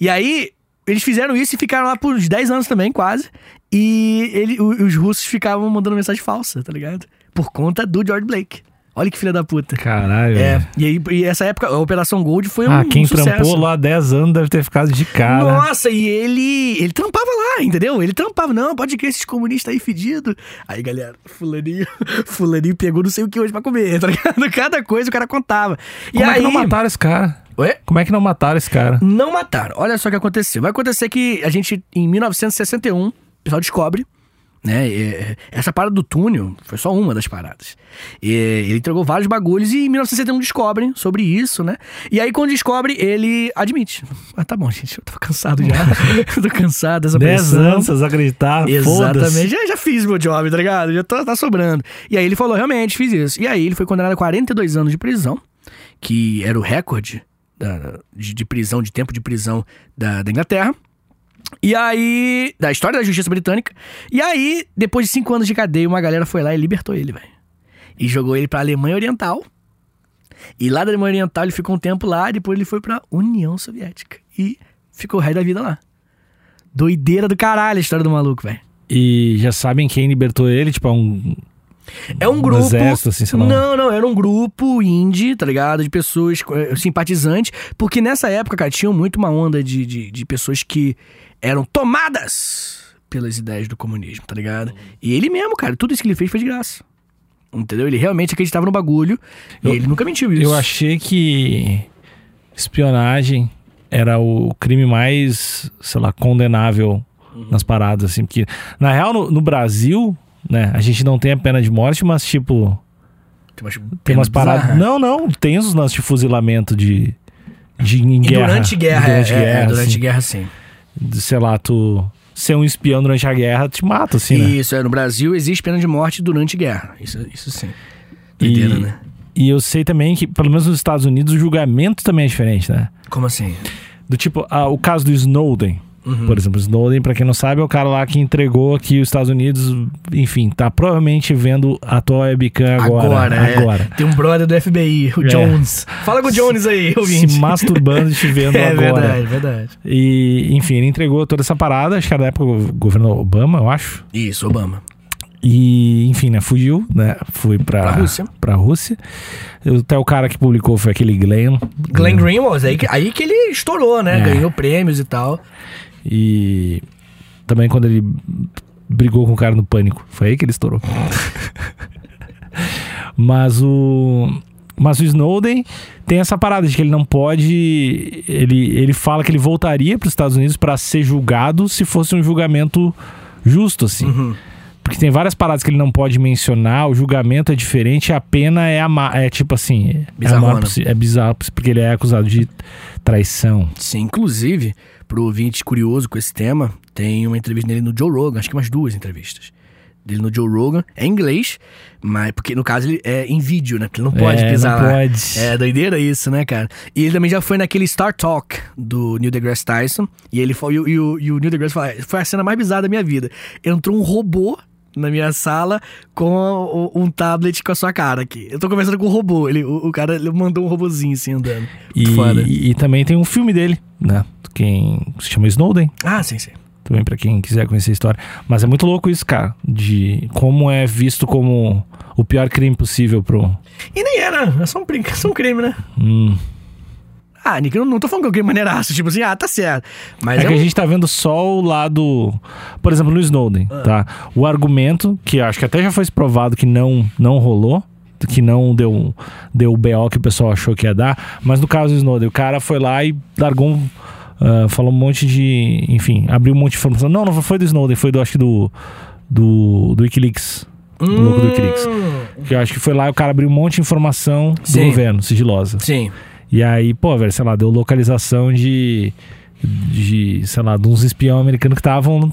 E aí, eles fizeram isso e ficaram lá por uns 10 anos também, quase. E ele, os russos ficavam mandando mensagem falsa, tá ligado? Por conta do George Blake. Olha que filha da puta. Caralho. É, e, aí, e essa época, a Operação Gold foi ah, um, quem um sucesso. trampou lá há 10 anos deve ter ficado de cara. Nossa, e ele ele trampava lá, entendeu? Ele trampava. Não, pode crer esses comunistas aí fedido. Aí, galera, fulaninho, fulaninho pegou não sei o que hoje pra comer, tá ligado? Cada coisa o cara contava. E Como aí... é que não mataram esse cara? Ué? Como é que não mataram esse cara? Não mataram. Olha só o que aconteceu. Vai acontecer que a gente, em 1961, o pessoal descobre né? Essa parada do túnel foi só uma das paradas. E ele entregou vários bagulhos e em 1961 descobrem sobre isso, né? E aí, quando descobre, ele admite. Ah, tá bom, gente, eu tava cansado já. eu tô cansado dessa Dez anos, acreditar, Exatamente. Já, já fiz meu job, tá ligado? Já tá, tá sobrando. E aí ele falou, realmente, fiz isso. E aí ele foi condenado a 42 anos de prisão, que era o recorde da, de, de prisão, de tempo de prisão da, da Inglaterra. E aí. Da história da justiça britânica. E aí, depois de cinco anos de cadeia, uma galera foi lá e libertou ele, velho. E jogou ele pra Alemanha Oriental. E lá da Alemanha Oriental ele ficou um tempo lá, depois ele foi pra União Soviética. E ficou o resto da vida lá. Doideira do caralho a história do maluco, velho. E já sabem quem libertou ele? Tipo, é um. É um grupo. Exército, assim, sei lá. Não, não, era um grupo indie, tá ligado? De pessoas eh, simpatizantes. Porque nessa época, cara, tinha muito uma onda de, de, de pessoas que eram tomadas pelas ideias do comunismo, tá ligado? E ele mesmo, cara, tudo isso que ele fez foi de graça. Entendeu? Ele realmente acreditava no bagulho. Eu- e ele nunca mentiu isso. Eu achei que espionagem era o crime mais, sei lá, condenável Uhum. nas paradas, assim. Porque, na real, no, no Brasil, né, a gente não tem a pena de morte, mas, tipo, Tem umas, tem umas paradas. Não. Não, não, tem os lances de fuzilamento de. De em E guerra. durante guerra, durante é, é, guerra, durante assim. guerra, sim. De, sei lá, tu ser um espião durante a guerra te mata, assim, né? Isso, é, no Brasil existe pena de morte durante guerra. Isso, isso sim. E- Doideira, né? E eu sei também que, pelo menos nos Estados Unidos, o julgamento também é diferente, né? Como assim? Uhum. Do tipo, ah, o caso do Snowden. Hum. Por exemplo, Snowden, pra quem não sabe, é o cara lá que entregou aqui os Estados Unidos, enfim, tá provavelmente vendo a tua webcam agora. Agora, é. Tem um brother do FBI, o É. Jones. Fala com o Jones aí, ouvinte. Se masturbando e te vendo é agora. verdade, verdade. E, enfim, ele entregou toda essa parada, acho que era da época do governo Obama, eu acho. Isso, Obama. E, enfim, né? Fugiu, né? Fui pra, Pra Rússia. pra Rússia. Eu- Até o cara que publicou foi aquele Glenn. Glenn Greenwald, aí, que- aí que ele estourou, né? É. Ganhou prêmios e tal. E também quando ele brigou com o cara no pânico. Foi aí que ele estourou. mas o. Mas o Snowden tem essa parada de que ele não pode. Ele, ele fala que ele voltaria para os Estados Unidos para ser julgado se fosse um julgamento justo, assim. Uhum. Porque tem várias paradas que ele não pode mencionar, o julgamento é diferente, a pena é, a ma- é tipo assim. É, a Bizarrona. maior possi- é bizarro, porque ele é acusado de traição. Sim, inclusive, pro ouvinte curioso com esse tema, tem uma entrevista dele no Joe Rogan, acho que umas duas entrevistas. Dele no Joe Rogan, é em inglês, mas porque no caso ele é em vídeo, né? Porque ele não pode É, pisar não lá. pode. É doideira isso, né, cara? E ele também já foi naquele Star Talk do Neil deGrasse Tyson, e ele foi, e, o- e o- e o Neil deGrasse falou, "Ah, foi a cena mais bizarra da minha vida. Entrou um robô na minha sala com o- um tablet com a sua cara aqui. Eu tô conversando com um robô, ele, o, o cara ele mandou um robozinho assim andando. E, Foda. e- e também tem um filme dele, né? Quem se chama Snowden, Ah, sim, sim. também pra quem quiser conhecer a história. Mas é muito louco isso, cara, de como é visto como o pior crime possível pro. E nem era, é só um, brinca- só um crime, né? Hum. Ah, Nick, eu não tô falando que é um crime maneiraço, tipo assim, ah, tá certo. Mas É é, que a um- gente tá vendo só o lado, por exemplo, no Snowden, Ah. tá? O argumento que acho que até já foi provado que não não rolou, que não deu deu o BO que o pessoal achou que ia dar, mas no caso do Snowden, o cara foi lá e largou um ah, falou um monte de, enfim, abriu um monte de informação. Não, não foi do Snowden, foi do acho que do do, do WikiLeaks. O é louco do WikiLeaks. Que eu acho que foi lá e o cara abriu um monte de informação Hum. Sim. do governo, sigilosa. Sim. E aí, pô, velho, sei lá, deu localização de. De, sei lá, de uns espião americanos que estavam.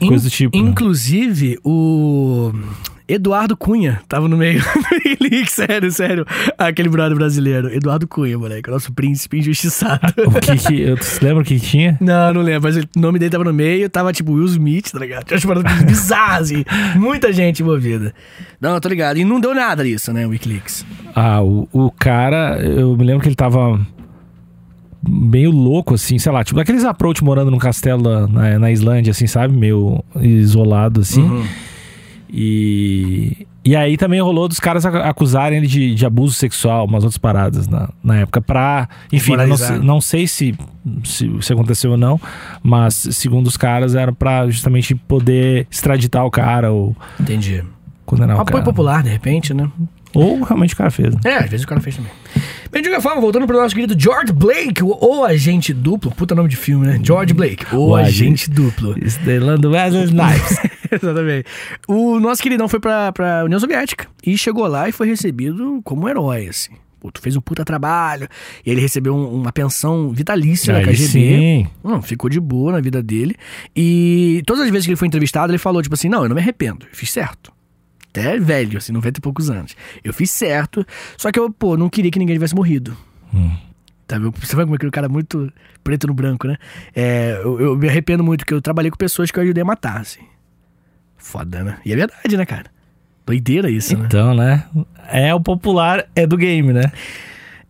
In- Coisa do tipo, né? Inclusive, o Eduardo Cunha tava no meio do Wikileaks, sério, sério. Aquele brother brasileiro. Eduardo Cunha, moleque, nosso príncipe injustiçado. O que que. Eu, tu se lembra o que, que tinha? Não, não lembro, mas ele- o nome dele tava no meio, tava tipo Will Smith, tá ligado? Tinha umas paradas bizarras, assim. Muita gente envolvida. Não, eu tô ligado. E não deu nada disso, né, Wikileaks. Ah, o, o cara, eu me lembro que ele tava. Meio louco, assim, sei lá, tipo daqueles approach morando num castelo na- na, na Islândia, assim, sabe? Meio isolado, assim. E. E aí também rolou dos caras ac- acusarem ele de, de abuso sexual, umas outras paradas na, na época, pra. Enfim, eu não, Moralizar. sei- não sei se, se, se aconteceu ou não, mas segundo os caras era pra justamente poder extraditar o cara ou Entendi. condenar o Apoio cara. popular, de repente, né? Ou realmente o cara fez. né? É, às vezes o cara fez também. Bem, de qualquer forma, voltando pro nosso querido George Blake, o, o agente duplo. Puta nome de filme, né? George Blake, o, O agente duplo. Estelando Wesley Snipes. Exatamente. O nosso queridão foi pra, pra União Soviética e chegou lá e foi recebido como um herói, assim. Pô, tu fez um puta trabalho. E ele recebeu um- uma pensão vitalícia na Aí KGB. sim. Não, ficou de boa na vida dele. E todas as vezes que ele foi entrevistado, ele falou, tipo assim, não, eu não me arrependo, eu fiz certo. Até velho, assim, 90 e poucos anos. Eu fiz certo, só que eu, pô, não queria que ninguém tivesse morrido. Tá, meu, você vê como é que o cara é muito preto no branco, né? É, eu, eu me arrependo muito, porque eu trabalhei com pessoas que eu ajudei a matar, assim. Foda, né? E é verdade, né, cara? Doideira isso, né? Então, né? É o popular, é do game, né?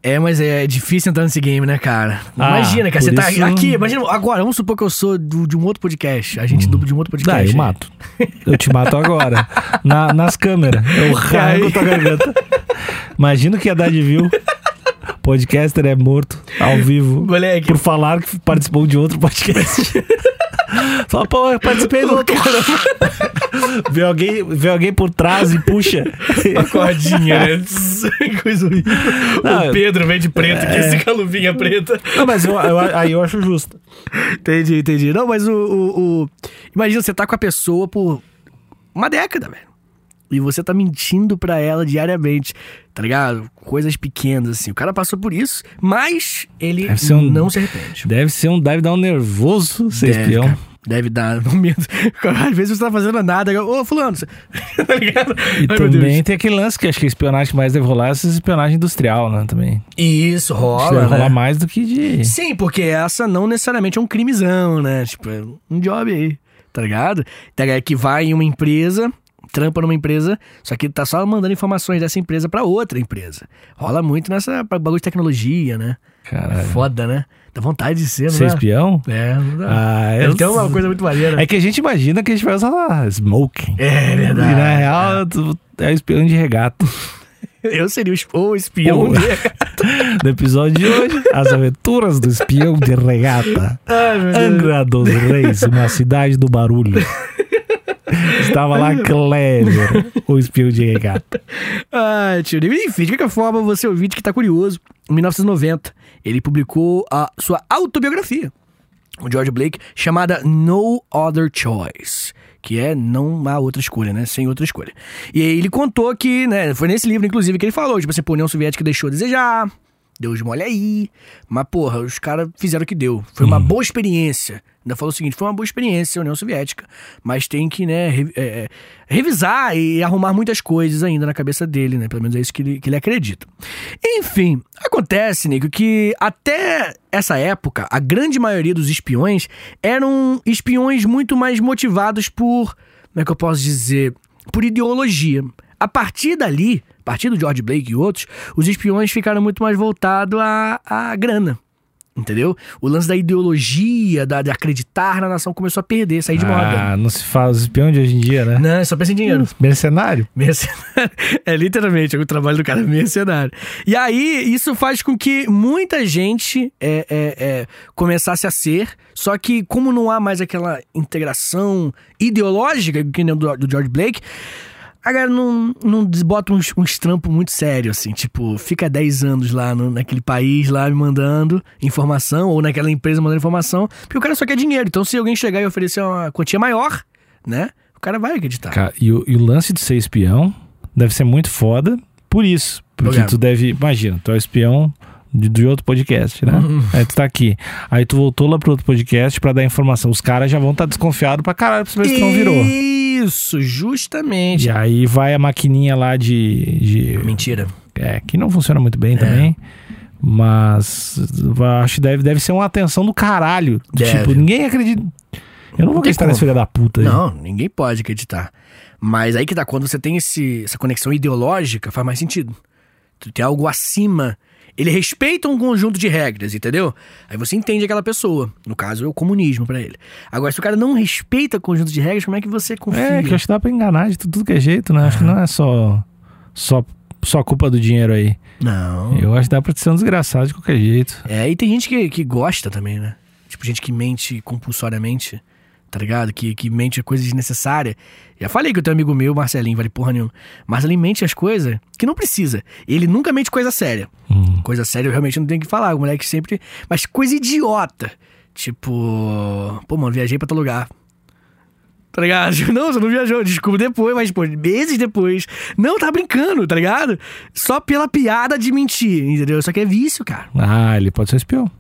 É, mas é difícil entrar nesse game, né, cara? Ah, imagina, cara, por você tá isso- aqui, imagina, agora, vamos supor que eu sou do- de um outro podcast, a gente duplo de um outro podcast. Hum. Daí eu aí. mato. Eu te mato agora. Na- nas câmeras. Eu Ai. arranco tua garganta. Imagina o que ia dar de view. Podcaster é morto ao vivo. Moleque, Por falar que participou de outro podcast. Fala, pô, eu participei do outro. Vê alguém, vê alguém por trás e puxa. Uma cordinha, né? Coisa horrível. Não, o Pedro vem de preto, É. que esse caluvinha preta. Não, mas eu- eu- aí eu acho justo. Entendi, entendi. Não, mas o, o- o- Imagina, você tá com a pessoa por uma década, velho. E você tá mentindo pra ela diariamente, tá ligado? Coisas pequenas, assim. O cara passou por isso, mas ele Deve ser um- não se arrepende. Deve ser um, deve dar um nervoso ser espião. cara. Deve dar no medo. Às vezes você tá fazendo nada. Ô, fulano, você... tá ligado? E Ai, meu Deus. também tem aquele lance que acho que a espionagem que mais deve rolar é essa espionagem industrial, né? Também. Isso, Acho que rola, deve rolar né? mais do que de. Sim, porque essa não necessariamente é um crimezão, né? Tipo, é um job aí, tá ligado? Tem a galera que vai em uma empresa, trampa numa empresa, só que tá só mandando informações dessa empresa pra outra empresa. Rola muito nessa pra bagulho de tecnologia, né? É Caralho. foda, né? Dá vontade de ser, Ser não dá? espião? É, não dá. Ah, Deve eu- ter uma coisa muito maneira. É que a gente imagina que a gente vai usar smoking. É E na real, tu- é espião de regata. Eu seria o esp- o espião. Pô. No episódio de hoje, as aventuras do espião de regata. Ai, meu Deus. Angra dos Reis, uma cidade do barulho. Estava lá Clever, o espião de regata. Ah, tio Ney. Enfim, de qualquer forma, você ouvinte que tá curioso, em 1990, ele publicou a sua autobiografia, o George Blake, chamada No Other Choice. Que é não há outra escolha, né? Sem outra escolha. E aí ele contou que, né? Foi nesse livro, inclusive, que ele falou, tipo assim, pô, a União Soviética deixou a desejar, deu os mole aí. Mas, porra, os caras fizeram o que deu. Foi uma boa experiência. Ainda falou o seguinte: foi uma boa experiência a União Soviética. Mas tem que, né, re- é, é, revisar e arrumar muitas coisas ainda na cabeça dele, né? Pelo menos é isso que ele, que ele acredita. Enfim, acontece, Nico, que até essa época, a grande maioria dos espiões eram espiões muito mais motivados por. Como é que eu posso dizer? Por ideologia. A partir dali, a partir do George Blake e outros, os espiões ficaram muito mais voltados à, à grana. Entendeu? O lance da ideologia, da, de acreditar na nação, começou a perder, sair de moda. Ah, não se fala os espiões de hoje em dia, né? Não, só pensa em dinheiro. Mercenário? Mercenário. É literalmente o trabalho do cara, mercenário. E aí, isso faz com que muita gente é, é, é, começasse a ser, só que como não há mais aquela integração ideológica, que nem do, do George Blake, a galera não, não desbota uns, uns trampos muito sérios, assim. Tipo, fica 10 anos lá no- naquele país, lá me mandando informação, ou naquela empresa mandando informação, porque o cara só quer dinheiro. Então, se alguém chegar e oferecer uma quantia maior, né? O cara vai acreditar. Cara, e, o, e o lance de ser espião deve ser muito foda por isso. Porque Obrigado. tu deve. Imagina, tu é o espião de, de outro podcast, né? Aí tu tá aqui. Aí tu voltou lá pro outro podcast pra dar informação. Os caras já vão estar tá desconfiados pra caralho pra saber se tu não virou. Isso, justamente. E aí vai a maquininha lá de- de Mentira. É, que não funciona muito bem também. Mas va- acho que deve, deve ser uma atenção do caralho. Do Deve. Tipo, ninguém acredita. Eu não vou tem acreditar como. nesse filho da puta aí. Não, ninguém pode acreditar. Mas aí que dá, quando você tem esse, essa conexão ideológica, faz mais sentido. Tu tem algo acima. Ele respeita um conjunto de regras, entendeu? Aí você entende aquela pessoa. No caso, é o comunismo pra ele. Agora, se o cara não respeita o conjunto de regras, como é que você confia? É, que eu acho que dá pra enganar de tudo, tudo que é jeito, né? Acho que não é só, só, só culpa do dinheiro aí. Não. Eu acho que dá pra ser um desgraçado de qualquer jeito. É, e tem gente que, que gosta também, né? Tipo, gente que mente compulsoriamente, tá ligado? Que, que mente coisas desnecessárias. Já falei que eu tenho um amigo meu, Marcelinho, vale porra nenhuma. Marcelinho mente as coisas que não precisa. Ele nunca mente coisa séria. Hum. Coisa séria eu realmente não tenho o que falar, o moleque sempre. Mas coisa idiota. Tipo, pô, mano, viajei pra tal lugar. Tá ligado? Tipo, Não, você não viajou, desculpa depois, mas, pô, meses depois. Não, tá brincando, tá ligado? Só pela piada de mentir, entendeu? Só que é vício, cara. Ah, ele pode ser espião.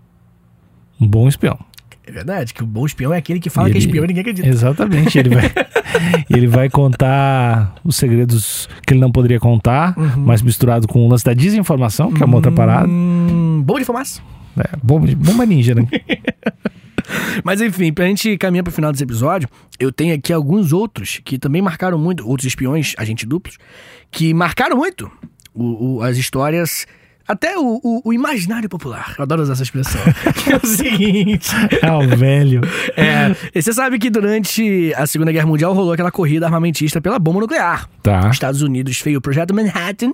Um bom espião. É verdade, que o bom espião é aquele que fala E que é ele- espião e ninguém acredita. Exatamente. Ele vai, ele vai contar os segredos que ele não poderia contar, Uhum. mas misturado com o lance da desinformação, que é uma outra parada. Hum, bom de fumaça. É, bomba, bomba ninja, né? Mas enfim, pra gente caminhar pro final desse episódio, eu tenho aqui alguns outros que também marcaram muito, outros espiões, agentes duplos, que marcaram muito o- o- as histórias, até o, o- o imaginário popular. Eu adoro usar essa expressão. que é o seguinte. É o velho. É, e você sabe que durante a Segunda Guerra Mundial rolou aquela corrida armamentista pela bomba nuclear. Tá. Os Estados Unidos fez o projeto Manhattan.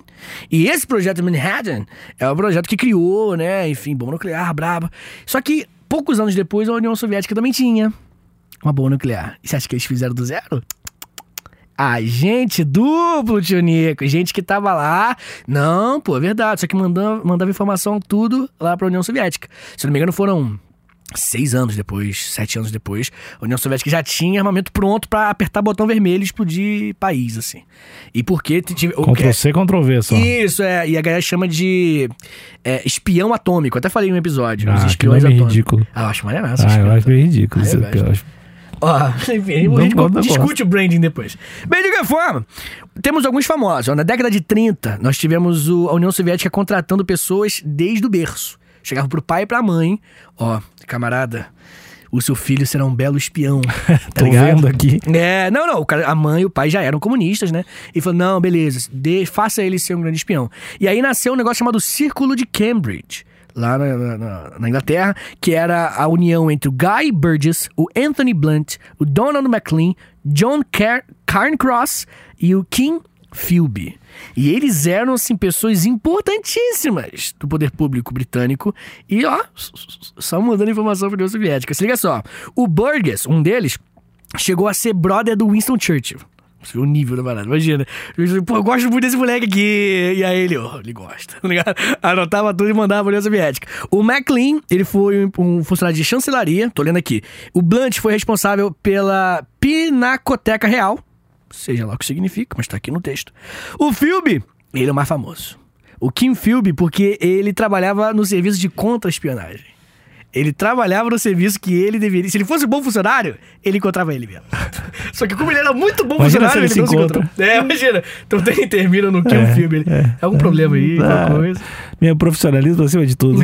E esse projeto Manhattan é o projeto que criou, né? Enfim, bomba nuclear, braba. Só que poucos anos depois a União Soviética também tinha uma bomba nuclear. E você acha que eles fizeram do zero? Agente duplo, tio Nico. Gente que tava lá. Não, pô, é verdade. Só que mandava, mandava informação tudo lá pra União Soviética. Se não me engano, foram seis anos depois, sete anos depois, a União Soviética já tinha armamento pronto pra apertar botão vermelho e explodir país, assim. E porque tive. o que- é Ctrl C, Ctrl V só. Isso, é. E a galera chama de é, espião atômico. Até falei em um episódio. Ah, os que espiões nome atômicos. ridículo. Ah, eu acho maneiraço. Ah, espião eu acho meio ridículo. Ah, isso, eu eu acho. Ó, enfim, a gente Não gosto, não discute o branding depois. Bem, de qualquer forma, temos alguns famosos. ó. Na década de 30, nós tivemos o- a União Soviética contratando pessoas desde o berço. Chegava pro pai e pra mãe. Ó, camarada, o seu filho será um belo espião. Tá Tô ligado? vendo aqui. É, não, não. o cara- a mãe e o pai já eram comunistas, né? E falou: não, beleza, dê- faça ele ser um grande espião. E aí nasceu um negócio chamado Círculo de Cambridge, lá na, na- na- na Inglaterra, que era a união entre o Guy Burgess, o Anthony Blunt, o Donald MacLean, John Car Carncross e o Kim Philby. E eles eram, assim, pessoas importantíssimas do poder público britânico. E, ó, só mandando informação para a União Soviética. Se liga só. O Burgess, um deles, chegou a ser brother do Winston Churchill. Você vê O nível da parada, imagina. Pô, eu gosto muito desse moleque aqui. E aí ele, ó, ele gosta, tá ligado? Anotava tudo e mandava pra União Soviética. O MacLean, ele foi um, um funcionário de chancelaria, tô lendo aqui. O Blunt foi responsável pela Pinacoteca Real, seja lá o que significa, mas tá aqui no texto. O Philby, ele é o mais famoso. O Kim Philby, porque ele trabalhava no serviço de contra-espionagem. Ele trabalhava no serviço que ele deveria. Se ele fosse um bom funcionário, ele encontrava ele mesmo. Só que como ele era muito bom Imagina funcionário, se ele ele não se se encontrou. É, imagina. Então ele termina no Kim é, Philby. É. Algum problema aí, alguma Ah. coisa. Meu profissionalismo acima de tudo.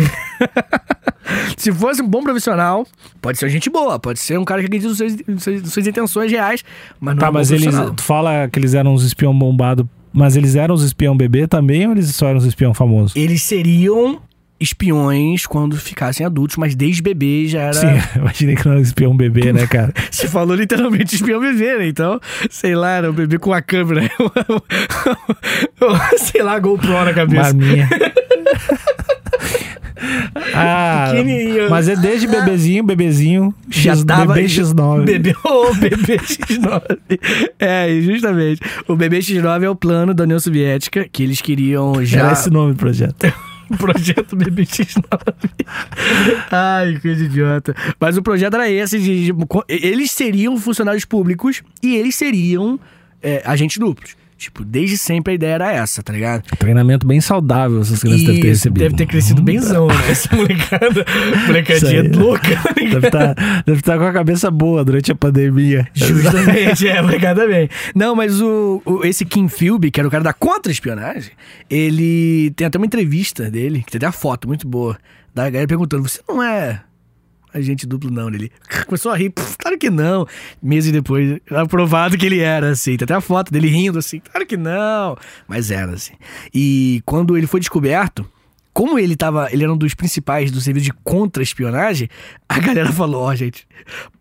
Se fosse um bom profissional, pode ser gente boa, pode ser um cara que acredita nas suas, nas suas- nas suas intenções reais, mas não é tá, um bom mas eles. profissional. Tu fala que eles eram uns espião bombado, mas eles eram os espião bebê também ou eles só eram os espião famoso? Eles seriam espiões quando ficassem adultos, mas desde bebê já era. Sim, imaginei que não era um espião bebê, né, cara? Você falou literalmente espião bebê, né? Então, sei lá, era um bebê com a câmera. sei lá, GoPro na cabeça. Marminha. ah, Pequenininho. mas é desde bebezinho, bebezinho, Já X, tava- bebê X9. Bebê, o bebê X9. É, e justamente. O bebê X9 é o plano da União Soviética que eles queriam Já já. era esse nome do projeto. O projeto bebê X9. Ai, coisa idiota. Mas o projeto era esse: de, de- co- eles seriam funcionários públicos e eles seriam é, agentes duplos. Tipo, desde sempre a ideia era essa, tá ligado? Treinamento bem saudável, essas crianças devem ter Isso, recebido. Deve ter crescido benzão, né? Essa molecada. Molecadinha Isso aí. louca. tá ligado? Deve tá- deve estar com a cabeça boa durante a pandemia. Justamente, é, molecada bem. Não, mas o, o- esse Kim Philby, que era o cara da contra-espionagem, ele tem até uma entrevista dele, que tem até a foto muito boa, da galera perguntando: você não é. Agente duplo não, né? ele começou a rir, "Pff, claro que não. Meses depois, aprovado que ele era, assim. Tem até a foto dele rindo, assim, claro que não. Mas era, assim. E quando ele foi descoberto, como ele tava, ele era um dos principais do serviço de contra-espionagem, a galera falou, ó, gente,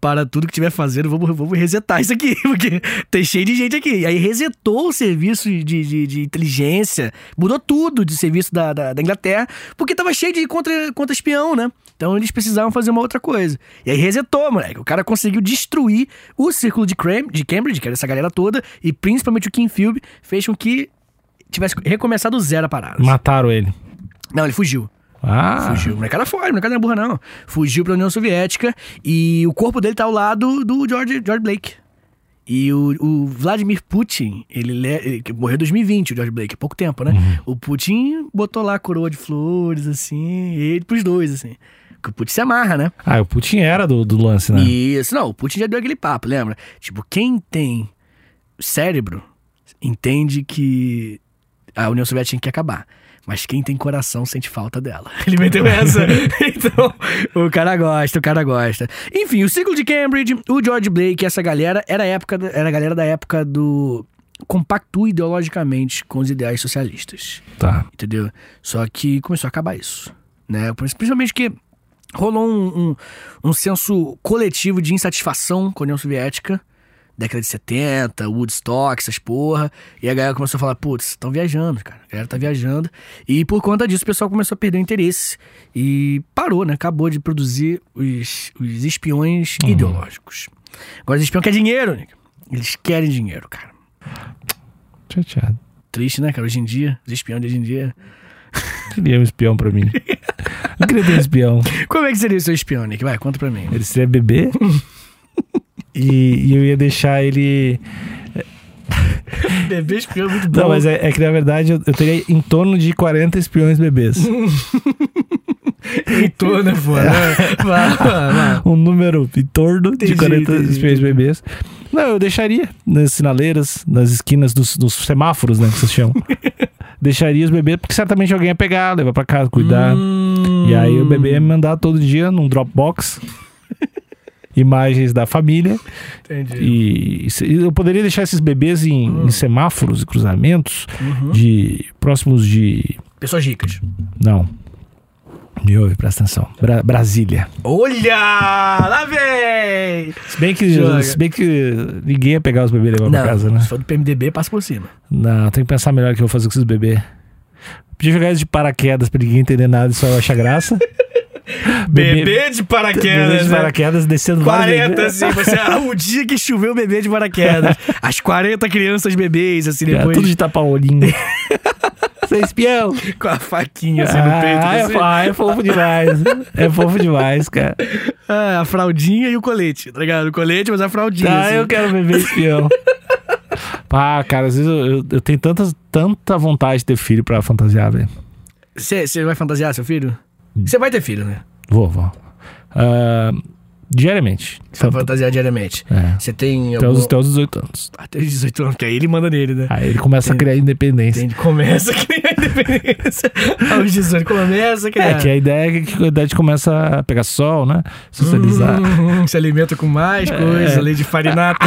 para tudo que tiver fazendo, vamos, vamos resetar isso aqui, porque tem cheio de gente aqui. E aí resetou o serviço de, de, de inteligência, mudou tudo de serviço da, da, da Inglaterra, porque tava cheio de contra- contra-espião, né? Então eles precisavam fazer uma outra coisa. E aí resetou, moleque. O cara conseguiu destruir o círculo de, Cram de Cambridge, que era essa galera toda, e principalmente o Kim Philby, fez com que tivesse recomeçado do zero a parada. Mataram ele. Não, ele fugiu. Ah, Fugiu. O molecada foi, o molecada não é burra, não. Fugiu pra União Soviética e o corpo dele tá ao lado do George, George Blake. E o, o Vladimir Putin, ele, le- ele que morreu em 2020, o George Blake, pouco tempo, né? O Putin botou lá a coroa de flores, assim, e ele pros dois, assim. Porque o Putin se amarra, né? ah o Putin era do, do lance, né? Isso, não, o Putin já deu aquele papo, lembra? Tipo, quem tem cérebro entende que a União Soviética tinha que acabar. Mas quem tem coração sente falta dela. Ele meteu essa. então, o cara gosta, o cara gosta. Enfim, o ciclo de Cambridge, o George Blake, essa galera, era a, época, da- era a galera da época do. compactua ideologicamente com os ideais socialistas Tá. entendeu? Só que começou a acabar isso, né? Principalmente que rolou um, um, um senso coletivo de insatisfação com a União Soviética, década de 70, Woodstock, essas porra, e a galera começou a falar, putz, estão viajando, cara, a galera tá viajando, e por conta disso o pessoal começou a perder o interesse e parou, né? Acabou de produzir os, os espiões ideológicos. Agora os espiões querem dinheiro, né? Eles querem dinheiro, cara. Chateado. Triste, né, cara? Hoje em dia, os espiões de hoje em dia. Queria um espião pra mim. Eu queria ter um espião. Como é que seria o seu espião, Nick? Vai, conta pra mim. Ele seria bebê. e, e eu ia deixar ele. Bebê espião é muito bom. Não, mas é, é que na verdade eu, eu teria em torno de 40 espiões bebês. Heitor, né, pô? Vai, vai, vai. um número em torno de Entendi, 40 entendi, espiões bebês. Não, eu deixaria nas sinaleiras, nas esquinas dos, dos semáforos, né, que vocês chamam. deixaria os bebês, porque certamente alguém ia pegar, levar pra casa, cuidar. Tá. Hum. E aí o bebê ia me mandar todo dia num Dropbox. Imagens da família. Entendi. E, e se- eu poderia deixar esses bebês em, Hum. em semáforos e cruzamentos Uhum. de próximos de. Pessoas ricas. Não. Me ouve, presta atenção. Bra- Brasília. Olha! Lá vem! Se bem que, Joga. se bem que ninguém ia pegar os bebês e levar pra casa, né? se for do PMDB, passa por cima. Não, tem que pensar melhor o que eu vou fazer com esses bebês. Podia jogar eles de paraquedas pra ninguém entender nada e só eu achar graça. Bebê de bebê paraquedas, de né? paraquedas descendo vários 40, bebês. assim, você, ah, o dia que choveu bebê de paraquedas, as 40 crianças bebês, assim, Cara, depois É, Tudo de tapar o olhinho. Você é espião. com a faquinha, assim, no peito, Ah, é, assim. fo- ah, é fofo demais. É fofo demais, cara. Ah, a fraldinha e o colete, tá ligado? O colete, mas a fraldinha, Ah, assim. eu quero beber espião. Pá, cara, às vezes eu, eu- eu tenho tantas, tanta vontade de ter filho pra fantasiar, velho. Você vai fantasiar seu filho? Hum. Você vai ter filho, né? Vou, vou. Ah, diariamente. Você vai Tanto- fantasiar diariamente. é, Você tem até, algum... os, Ah, até os 18 anos. Até os 18 anos, que aí ele manda nele, né? Aí ele começa a criar independência. Entende? Começa a criar independência. Aos 18 começa a criar. É, que a ideia é que a idade começa a pegar sol, né? Socializar. É. Hum, se alimenta com mais coisa, além de farinata.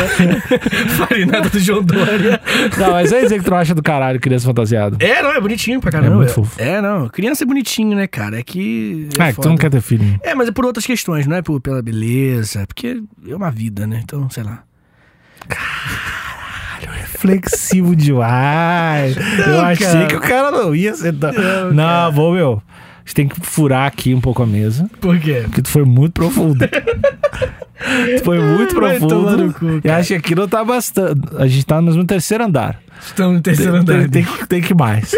farinata do João Dória. Não, mas é dizer que tu não acha do caralho criança fantasiada. É, não, é bonitinho pra caramba. É muito fofo. É, não. Criança é bonitinho, né, cara? É que. É, ah, é que tu não foda. quer ter filho. É, mas é por outras questões, não é por, pela beleza, porque é uma vida, né? Então, sei lá. Reflexivo demais. Eu achei cara. que o cara não ia sentar. Não, vou, meu. A gente tem que furar aqui um pouco a mesa. Por quê? Porque tu foi muito profundo. tu foi muito vai tomar no profundo. cu, eu acho que aqui não tá bastando. A gente tá no mesmo terceiro andar. Estamos no terceiro Tem- andar. Tem, tem que- tem que mais.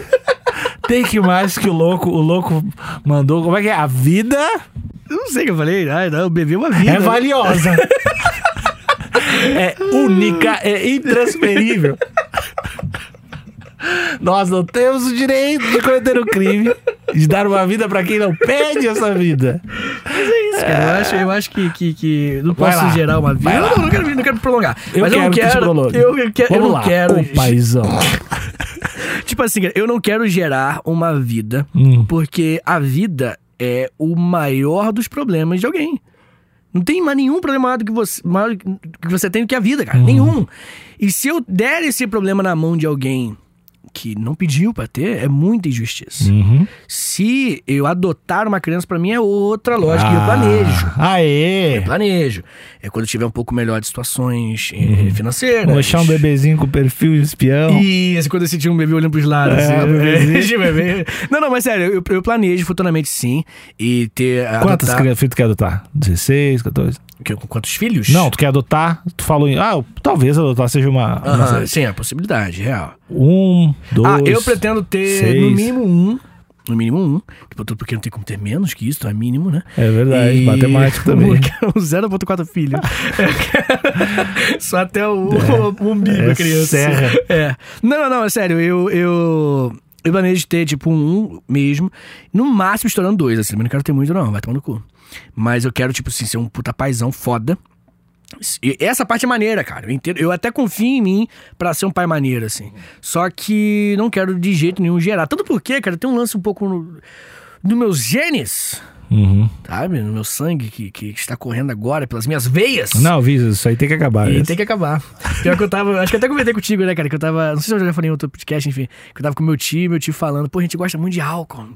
tem que mais que o louco, o louco mandou. Como é que é? A vida Eu não sei o que eu falei. Ah, não, bebê é uma vida. é valiosa. é única, é intransferível. Nós não temos o direito de cometer um crime, de dar uma vida pra quem não pede essa vida. Isso, cara. Eu acho, eu acho que, que, que não É. Vai posso lá. gerar uma vida. Vai lá. Não, não, não quero, não quero prolongar. Eu mas quero eu não que quero. te prolongue. eu, eu, quero- eu Vamos não lá, quero. ô paizão. Tipo assim, cara, eu não quero gerar uma vida, Hum. porque a vida é o maior dos problemas de alguém. Não tem mais nenhum problema maior do que você, maior que você tem do que a vida, Uhum. cara. Nenhum. E se eu der esse problema na mão de alguém que não pediu pra ter, é muita injustiça. Uhum. Se eu adotar uma criança, pra mim é outra lógica e eu planejo. Ah, Aê! Planejo. É quando eu tiver um pouco melhor de situações eh, financeiras. Vou achar um bebezinho com perfil de espião. Isso, quando eu senti um bebê olhando pros lados. É, assim, o bebezinho. de bebê. Não, não, mas sério, eu, eu planejo futuramente sim. E ter. Quantas adotar- crianças tu quer adotar? 16, 14? Que- com Quantos filhos? Não, tu quer adotar? Tu falou em. Ah, talvez adotar seja uma. uma Aham, série. sim, é a possibilidade, real. um, dois. ah, eu pretendo ter no seis. mínimo um. No mínimo um. Tipo, tudo porque não tem como ter menos que isso, então é mínimo, né? É verdade, E- é matemática também. Eu quero 0,4 filhos. Só até o, o umbigo, É a criança. serra. É. Não, não, não, é sério. Eu, eu, eu planejo ter, tipo, um mesmo. No máximo, estourando dois, assim. Mas não quero ter muito, não. Vai tomar no cu. Mas eu quero, tipo, assim, ser um puta paizão foda. E essa parte é maneira, cara. Eu, entendo, eu até confio em mim pra ser um pai maneiro, assim. Só que não quero de jeito nenhum gerar. Tanto porque, cara, tem um lance um pouco no, no meus genes Uhum. sabe? No meu sangue que, que está correndo agora pelas minhas veias. Não, Visa, isso aí tem que acabar. E isso. tem que acabar. Pior que eu tava. Acho que até comentei contigo, né, cara? Que eu tava. Não sei se eu já falei em outro podcast, enfim. Que eu tava com meu tio, meu tio falando, pô, a gente gosta muito de álcool.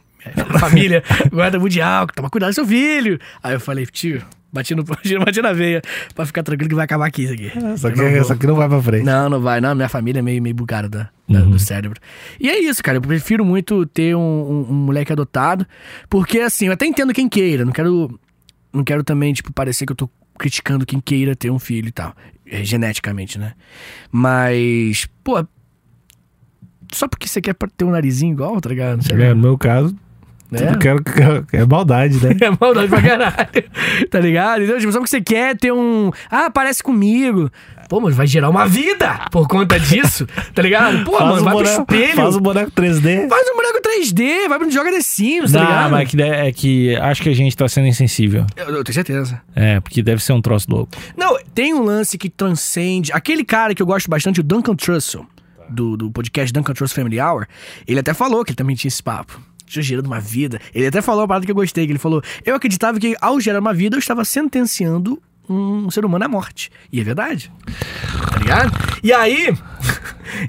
A família gosta muito de álcool, toma cuidado com seu filho. Aí eu falei, tio, bati, no, bati na veia pra ficar tranquilo que vai acabar aqui isso aqui. Essa, Eu aqui, não vou. essa aqui não vai pra frente. Não, não vai. Não, minha família é meio, meio bugada da- da- do cérebro. E é isso, cara. Eu prefiro muito ter um, um- um moleque adotado. Porque, assim, eu até entendo quem queira. Não quero. Não quero também, tipo, parecer que eu tô criticando quem queira ter um filho e tal. É, Geneticamente, né? Mas, pô. Só porque você quer pra ter um narizinho igual, tá ligado? Sei lá, É, no meu caso, né? tudo quero, quero- é maldade, né? É maldade pra caralho. Tá ligado? Então, tipo, só porque você quer ter um. Ah, parece comigo. Pô, mas vai gerar uma vida por conta disso. Tá ligado? Pô, mano, vai pro espelho. um faz um boneco 3D. Faz um boneco 3D, vai pro joga The Sims, tá Não, ligado? mas que de- é que acho que a gente tá sendo insensível. Eu, eu tenho certeza. É, porque deve ser um troço louco. Não, tem um lance que transcende. Aquele cara que eu gosto bastante, o Duncan Trussell, do, do podcast Duncan Trussell Family Hour, ele até falou que ele também tinha esse papo. Tinha gerando uma vida. Ele até falou uma parada que eu gostei, que ele falou: Eu acreditava que ao gerar uma vida eu estava sentenciando um ser humano à morte. E é verdade. Tá ligado? E aí.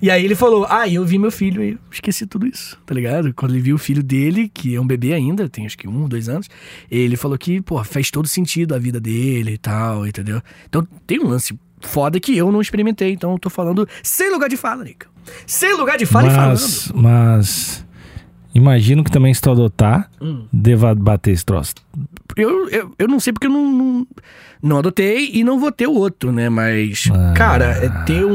E aí ele falou: Ah, eu vi meu filho e eu esqueci tudo isso, tá ligado? Quando ele viu o filho dele, que é um bebê ainda, tem acho que um, dois anos, ele falou que, pô, faz todo sentido a vida dele e tal, entendeu? Então tem um lance foda que eu não experimentei, então eu tô falando sem lugar de fala, Nica. Sem lugar de fala e falando. mas, mas imagino que também se tu adotar, Hum. deva bater esse troço. Eu, eu, eu não sei porque eu não, não, não adotei e não vou ter o outro, né? Mas, Ah. cara, é ter um,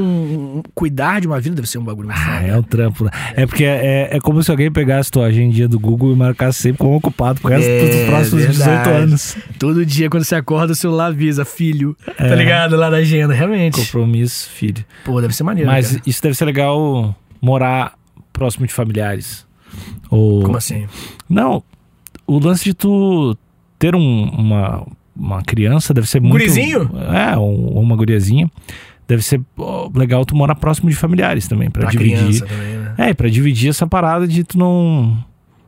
um- Cuidar de uma vida deve ser um bagulho muito Ah, foda. é um trampo. né? É porque é, é como se alguém pegasse tua agendinha do Google e marcasse sempre como ocupado pro resto dos É, próximos 18 verdade. anos. Todo dia, quando você acorda, o celular avisa, filho. Tá ligado? Lá na agenda, realmente. Compromisso, filho. Pô, deve ser maneiro. Mas cara. isso deve ser legal morar próximo de familiares. Ou... Como assim? Não, o lance de tu ter um- uma, uma criança deve ser muito... Um Gurizinho? É, um- ou uma guriazinha. Deve ser ó, legal tu morar próximo de familiares também, pra, Pra dividir. criança também, né? É, e pra dividir essa parada de tu não...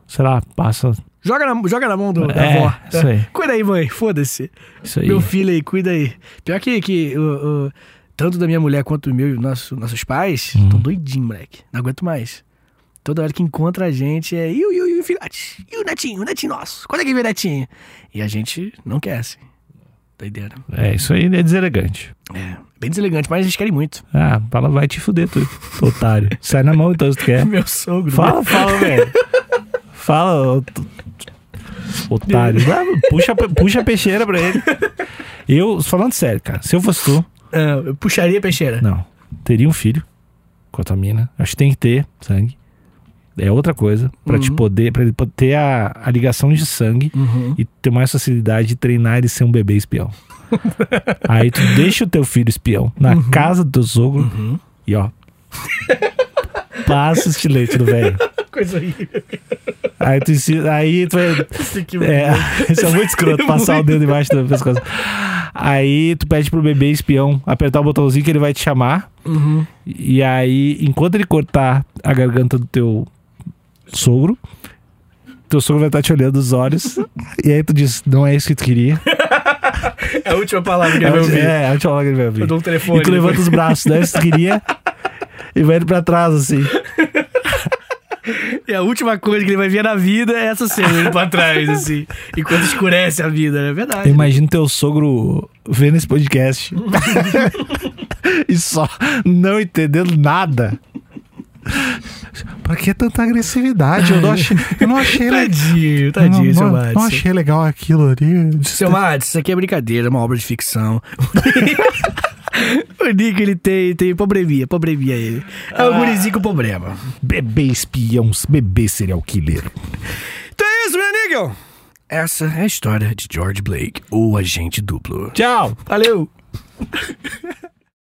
Sei lá, passa... Joga na, joga na mão do, da É, avó. isso aí. Cuida aí, mãe. Foda-se. Isso aí. Meu filho aí, cuida aí. Pior que, que o- o- tanto da minha mulher quanto o meu e o nosso, nossos pais estão doidinhos, moleque. Não aguento mais. Toda hora que encontra a gente é. E o, e o, e o filhote? E o netinho? O netinho nosso? Quando é que vem o netinho? E a gente não quer, assim. Doideira. É, isso aí é deselegante. É. Bem deselegante, mas eles querem muito. Ah, fala, vai te fuder, tu, otário. Sai na mão então se tu quer. Meu sogro. Fala, fala, velho. Fala, ô, tu- otário. Ah, puxa, a pe- puxa a peixeira pra ele. Eu, falando sério, cara, se eu fosse tu, Ah, eu puxaria a peixeira. não. Teria um filho com a tua mina. Acho que tem que ter sangue. É outra coisa. Pra Uhum. te poder, pra ele po- ter a, a ligação de sangue e ter mais facilidade de treinar ele ser um bebê espião. Aí tu deixa o teu filho espião na casa do teu sogro e ó. Passa o estilete do velho. Coisa horrível. Aí tu ensina. Aí tu vai. Que É, isso é muito escroto, passar o dedo embaixo do pescoço. Aí tu pede pro bebê espião apertar o botãozinho que ele vai te chamar. Uhum. E aí, enquanto ele cortar a garganta do teu sogro, teu sogro vai estar te olhando os olhos. e aí tu diz, não é isso que tu queria. É a última palavra que É, eu ouvi. é, é a última hora que ele vai ouvir. Eu dou um telefone. E tu levanta os braços, não é isso que tu queria. E vai indo pra trás, assim. E É a última coisa que ele vai ver na vida é essa cena, ele pra trás, assim. Enquanto escurece a vida, né? é verdade. Eu imagino teu sogro vendo esse podcast e só não entendendo nada. Pra que tanta agressividade? Eu não achei, eu não achei le- Tadinho, tadinho, não, seu não- Mads. não achei legal aquilo ali. Seu Mads, isso aqui é brincadeira, é uma obra de ficção. o Nico, ele tem, tem pobremia, pobremia ele. É Ah. o gurizinho com problema. Bebê espião, bebê serial killer. Então é isso, meu amigo! Essa é a história de George Blake, o agente duplo. Tchau! Valeu!